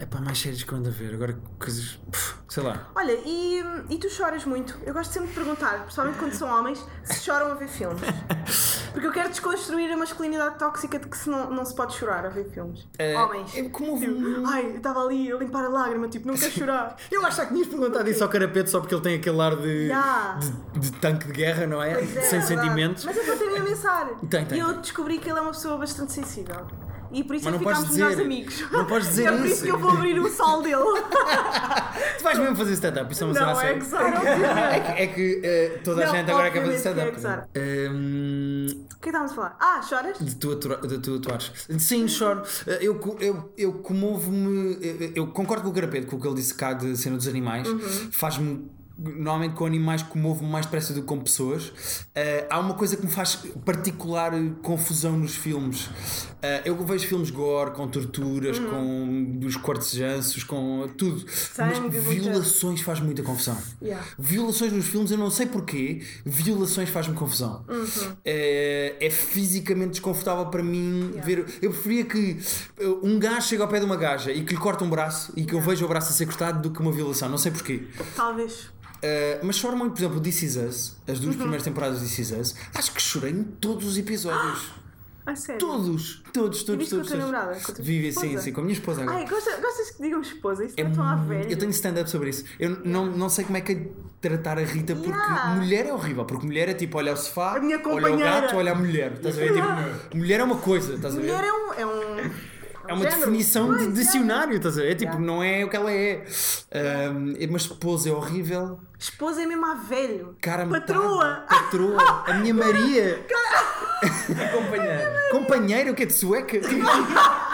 é pá, mais séries que eu ando a ver. Agora coisas. puf, sei lá. Olha, e, e tu choras muito? Eu gosto sempre de perguntar, principalmente quando são homens, se choram a ver [laughs] filmes. Porque eu quero desconstruir a masculinidade tóxica de que se não, não se pode chorar a ver filmes. Eh, Homens. é como houve um- Ai, eu estava ali a limpar a lágrima, tipo, não quero chorar. Eu acho que tinhas perguntado isso ao Carapeto só porque ele tem aquele ar de, Yeah. de, de tanque de guerra, não é? Pois é, Sem verdade. sentimentos. Mas eu continuei a pensar. Tem, tem, e eu tem. descobri que ele é uma pessoa bastante sensível. E por isso Mas é que não podes ficámos melhores dizer- amigos. não podes dizer E é por isso. isso que eu vou abrir o sol dele. Tu vais mesmo fazer stand-up, isso é uma cena a não, é sério. gozar. [laughs] obviamente. É que, é que, eh, toda a Não, gente agora acaba de obviamente que é stand-up. gozar. Ehm, O que é que estávamos a falar? Ah, choras? de tu, atua- de tu atuares. Sim, choro. Eh, Eu, co- eu, eu comovo-me. eh, Eu concordo com o Carapeto, com o que ele disse cá de cena dos animais. Uhum. Faz-me. Normalmente com animais comovo-me mais depressa do que com pessoas. Eh, há uma coisa que me faz particular eh, confusão nos filmes. Eh, eu vejo filmes gore, com torturas, Uhum. com os cortejanços, com tudo. Sangue, Mas muita- violações faz muita confusão. Yeah. Violações nos filmes, eu não sei porquê, violações faz-me confusão. Uhum. É, é fisicamente desconfortável para mim ver. Eu preferia que uh, um gajo chegue ao pé de uma gaja e que lhe corte um braço e que eu veja o braço a ser cortado do que uma violação, não sei porquê. Talvez. Uh, mas choro muito, por exemplo, This Is Us, as Uhum. duas primeiras temporadas de This Is Us, acho que chorei em todos os episódios. Ai, sério. Todos, todos, Ah! E todos, viste com a todos. tua todos. namorada? Com a tua Vive, sim, esposa? sim, com a minha esposa agora. Ai, gostas, gostas que digam esposa? Isso É não é tão à muito- velha. Eu tenho stand-up sobre isso. Eu n- não, não sei como é que é tratar a Rita porque Yeah. mulher é horrível. Porque mulher é tipo, olha o sofá, A minha olha o companheira. gato, olha a mulher. Estás a ver? Tipo, mulher é uma coisa, estás a ver? Mulher é um. É, um, É uma género. definição Pois, de é. dicionário, estás a ver? É tipo, Yeah. não é o que ela é. Ahm, é- mas esposa é horrível. Esposa é mesmo à velho. Cara, metade- Patroa. Patroa. A minha Maria. E companheiro. Companheiro, o que é de sueca? Tipo,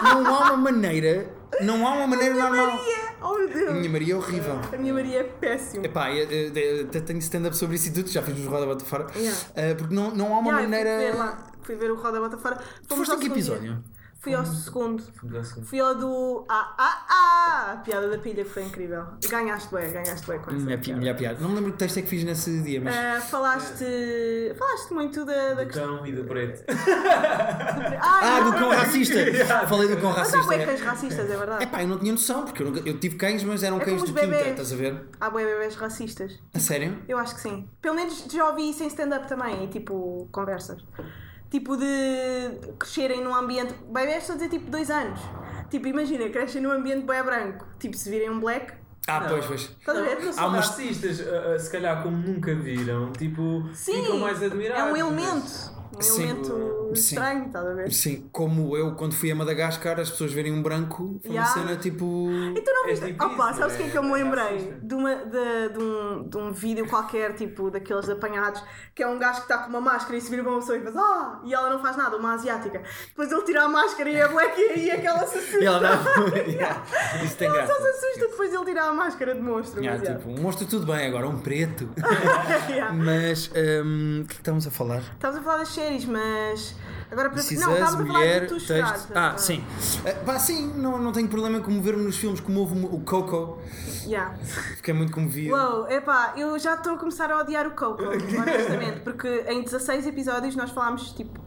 não há uma maneira. Não há uma maneira normal. Maria! Oh meu A Deus! minha Maria é horrível. A minha Maria é péssima. Epá, eu, eu- eu até tenho stand-up sobre isso e tudo, já fiz os roda bota fora. Yeah. Ah, porque não, não há uma Yeah, eu Fui ver, maneira. lá, fui ver o Roda Bota Fora. Tu Fomos foste ao a que segundo episódio? dia. Fui ao segundo. Mudança. Fui ao do. Ah, ah, ah! A piada da pilha que foi incrível. Ganhaste bem, ganhaste bem com essa. Minha, Hum, é pi- piada. minha piada. Não me lembro que texto é que fiz nesse dia, mas. Ah, falaste. Falaste muito da, da questão. Cão e do preto. Ah, do [laughs] cão racista! Falei do cão Mas há racista. bué É cães racistas, é [laughs] verdade. pá, eu não tinha noção, porque eu, nunca- eu tive cães, mas eram É cães como os do quinta, bebés. estás a ver? Há bué bebés racistas. A sério? Eu acho que sim. Pelo menos já ouvi isso em stand-up também, e tipo, conversas. Tipo de crescerem num ambiente. Bebés, estou a dizer tipo dois anos. Tipo, imagina, crescem num ambiente bué branco. Tipo, se virem um black. Ah, Não. pois, pois. Estás a ver? Não Há são umas racistas. racistas, ah, ah, se calhar, como nunca viram, tipo, ficam Sim, mais admirados. é um mas- elemento. Um Sim. elemento Sim. estranho, estás a ver? Sim, como eu, quando fui a Madagascar, as pessoas verem um branco, foi Yeah. uma cena tipo. [laughs] E tu não É viste. difícil, Opa, sabes o que é que eu me é lembrei? racista. De, uma, de, de um, de um vídeo qualquer, tipo, daqueles apanhados, que é um gajo que está com uma máscara e se vira para uma pessoa e faz ah! E ela não faz nada, uma asiática. Depois ele tira a máscara e é black e aquela se assusta. E ela dá. [laughs] Yeah. Isso tem Ela graça. só se assusta depois de ele tirar a máscara de monstro. Yeah, mas, tipo, um monstro tudo bem agora, um preto. yeah. [laughs] Yeah. Mas hum, o que estamos a falar? Estávamos a falar das séries, mas. Agora para. Precisas, não, estávamos a falar mulher, de tu texto. chorares. então. Ah, sim. Ah, pá, sim, não, não tenho problema em comover-me nos filmes como houve o Coco. Yeah. Fiquei muito comovido. Uou, epá, eu já estou a começar a odiar o [laughs] Coco, honestamente, porque em 16 episódios nós falámos tipo.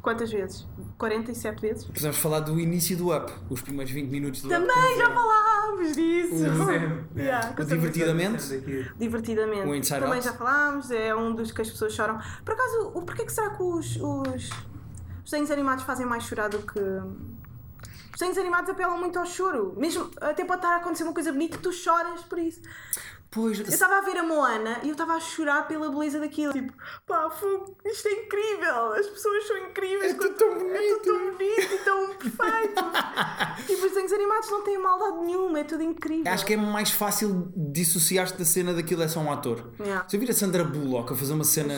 Quantas vezes? 47 vezes? Precisamos falar do início do Up, os primeiros 20 minutos do Up. Também já falámos disso! Um Sempre. [laughs] Yeah, O divertidamente. Sempre aqui. Divertidamente. O Um Inside Também Out. já falámos, é um dos que as pessoas choram. Por acaso, o porquê que será que os, os, os desenhos animados fazem mais chorar do que. Os desenhos animados apelam muito ao choro. Mesmo até pode estar a acontecer uma coisa bonita e tu choras por isso. Pois, Eu estava a ver a Moana e eu estava a chorar pela beleza daquilo. Tipo, pá, fogo, isto é incrível, as pessoas são incríveis, é tudo tão bonito, é tudo tão bonito e tão [laughs] perfeito. tipo, os desenhos animados não têm maldade nenhuma, é tudo incrível. acho que é mais fácil dissociar-te da cena daquilo é só um ator. Yeah. Se eu vir a Sandra Bullock a fazer uma cena,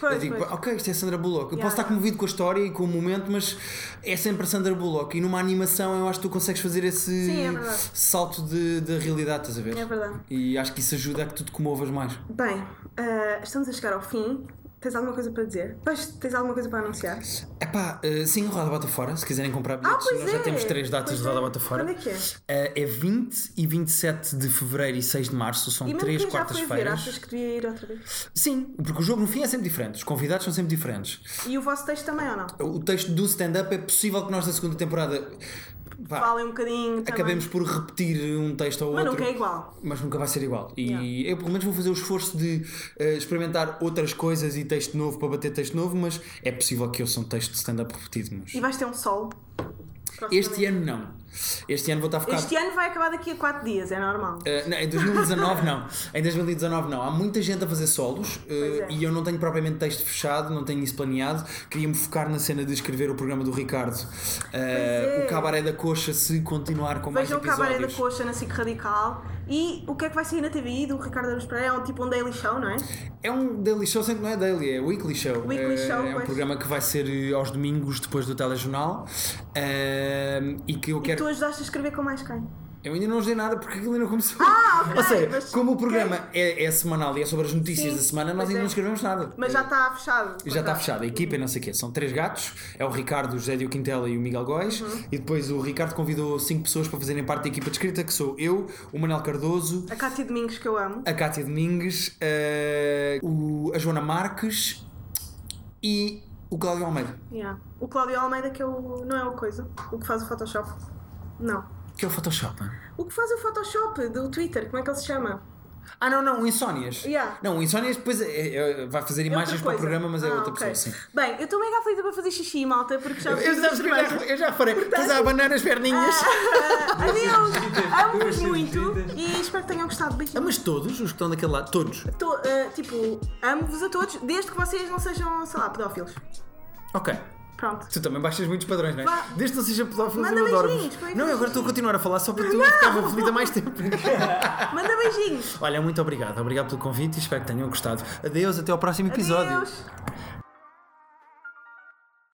Pois, eu digo, pois. "Pá, ok, isto é Sandra Bullock. Eu Yeah, posso estar yeah. comovido com a história e com o momento, mas é sempre a Sandra Bullock. E numa animação eu acho que tu consegues fazer esse Sim, é verdade. salto de, da realidade, estás a ver? É verdade. E acho que isso ajuda a que tu te comovas mais. Bem, ah, estamos a chegar ao fim. Tens alguma coisa para dizer? Pois, tens alguma coisa para anunciar? Epá, eh, sim, Roda Bota Fora, se quiserem comprar bilhetes, pois nós já é. temos três datas Pois de Roda é. Bota Fora. Quando é que é? Eh, é 20 e 27 de fevereiro e 6 de março, são E mesmo três quem já foi ver, achas quartas-feiras. que devia ir outra vez? Sim, porque o jogo no fim é sempre diferente, os convidados são sempre diferentes. E o vosso texto também, ou não? O texto do stand-up é possível que nós da segunda temporada pá, Falem um bocadinho também. acabemos por repetir um texto ou Mas outro. nunca é igual. mas nunca vai ser igual. E eu, pelo menos, vou fazer o esforço de eh, experimentar outras coisas e texto novo para bater texto novo, mas é possível que eu sou um texto de stand-up repetido. Mas... E vais ter um sol. Este ano não. Este ano vou estar focado. Este ano vai acabar daqui a 4 dias, é normal. Eh, não, em 2019 não. Em 2019 não. Há muita gente a fazer solos eh, é. e eu não tenho propriamente texto fechado, não tenho isso planeado. Queria-me focar na cena de escrever o programa do Ricardo. Eh, é. O Cabaré da Coxa, se continuar com mais Vejam o Cabaré da episódios. Coxa na SIC Radical. E o que é que vai sair na TV do Ricardo Aruz Pereira? É um tipo um daily show, não é? É um daily show, sempre não é daily, é weekly show. Weekly Eh, show, é um pois. programa que vai ser eh, aos domingos depois do telejornal eh, e que eu E quero. tu ajudaste a escrever com mais quem? Eu ainda não ajudei nada porque aquilo ainda não começou. Ah, ok, [laughs] Ou seja, mas- como o programa é, é semanal e é sobre as notícias Sim, da semana, nós pois ainda é. não escrevemos nada. Mas já está fechado. Já está fechada, a equipa e não sei o quê. São três gatos: é o Ricardo, o José Dio Quintela e o Miguel Góis. Uhum. E depois o Ricardo convidou cinco pessoas para fazerem parte da equipa de escrita, que sou eu, o Manel Cardoso, A Cátia Domingos, que eu amo. a Cátia Domingues, eh, o- a Joana Marques e o Cláudio Almeida, Yeah. O Cláudio Almeida, que é o... não é o coisa. O que faz o Photoshop. Não. que é o Photoshop. O que faz o Photoshop do Twitter, como é que ele se chama? Ah, não, não, o Insónias. Yeah. Não, o Insónias depois é- é- vai fazer É outra imagens para o coisa. programa, mas é Ah, outra ok. pessoa, sim. Bem, eu estou mega aflita para fazer xixi, malta, porque já fiz as imagens. eu é já farei. Estás a abanar as ah. perninhas. Adeus! Amo-vos Duas muito cirurgias. e espero que tenham gostado. Beijinhos. Ah, Mas todos, os que estão daquele lado, todos. Tô, eh, tipo, amo-vos a todos, desde que vocês não sejam, sei lá, pedófilos. Ok. Pronto. Tu também baixas muitos padrões, não é? Vá. Desde que não seja pedófilo, Manda eu beijinhos, adoro-vos. põe Não, eu agora beijinhos. estou a continuar a falar só para tu ficava aflita mais tempo. [laughs] Manda beijinhos. Olha, muito obrigado. Obrigado pelo convite e espero que tenham gostado. Adeus, até ao próximo [laughs] episódio. Adeus.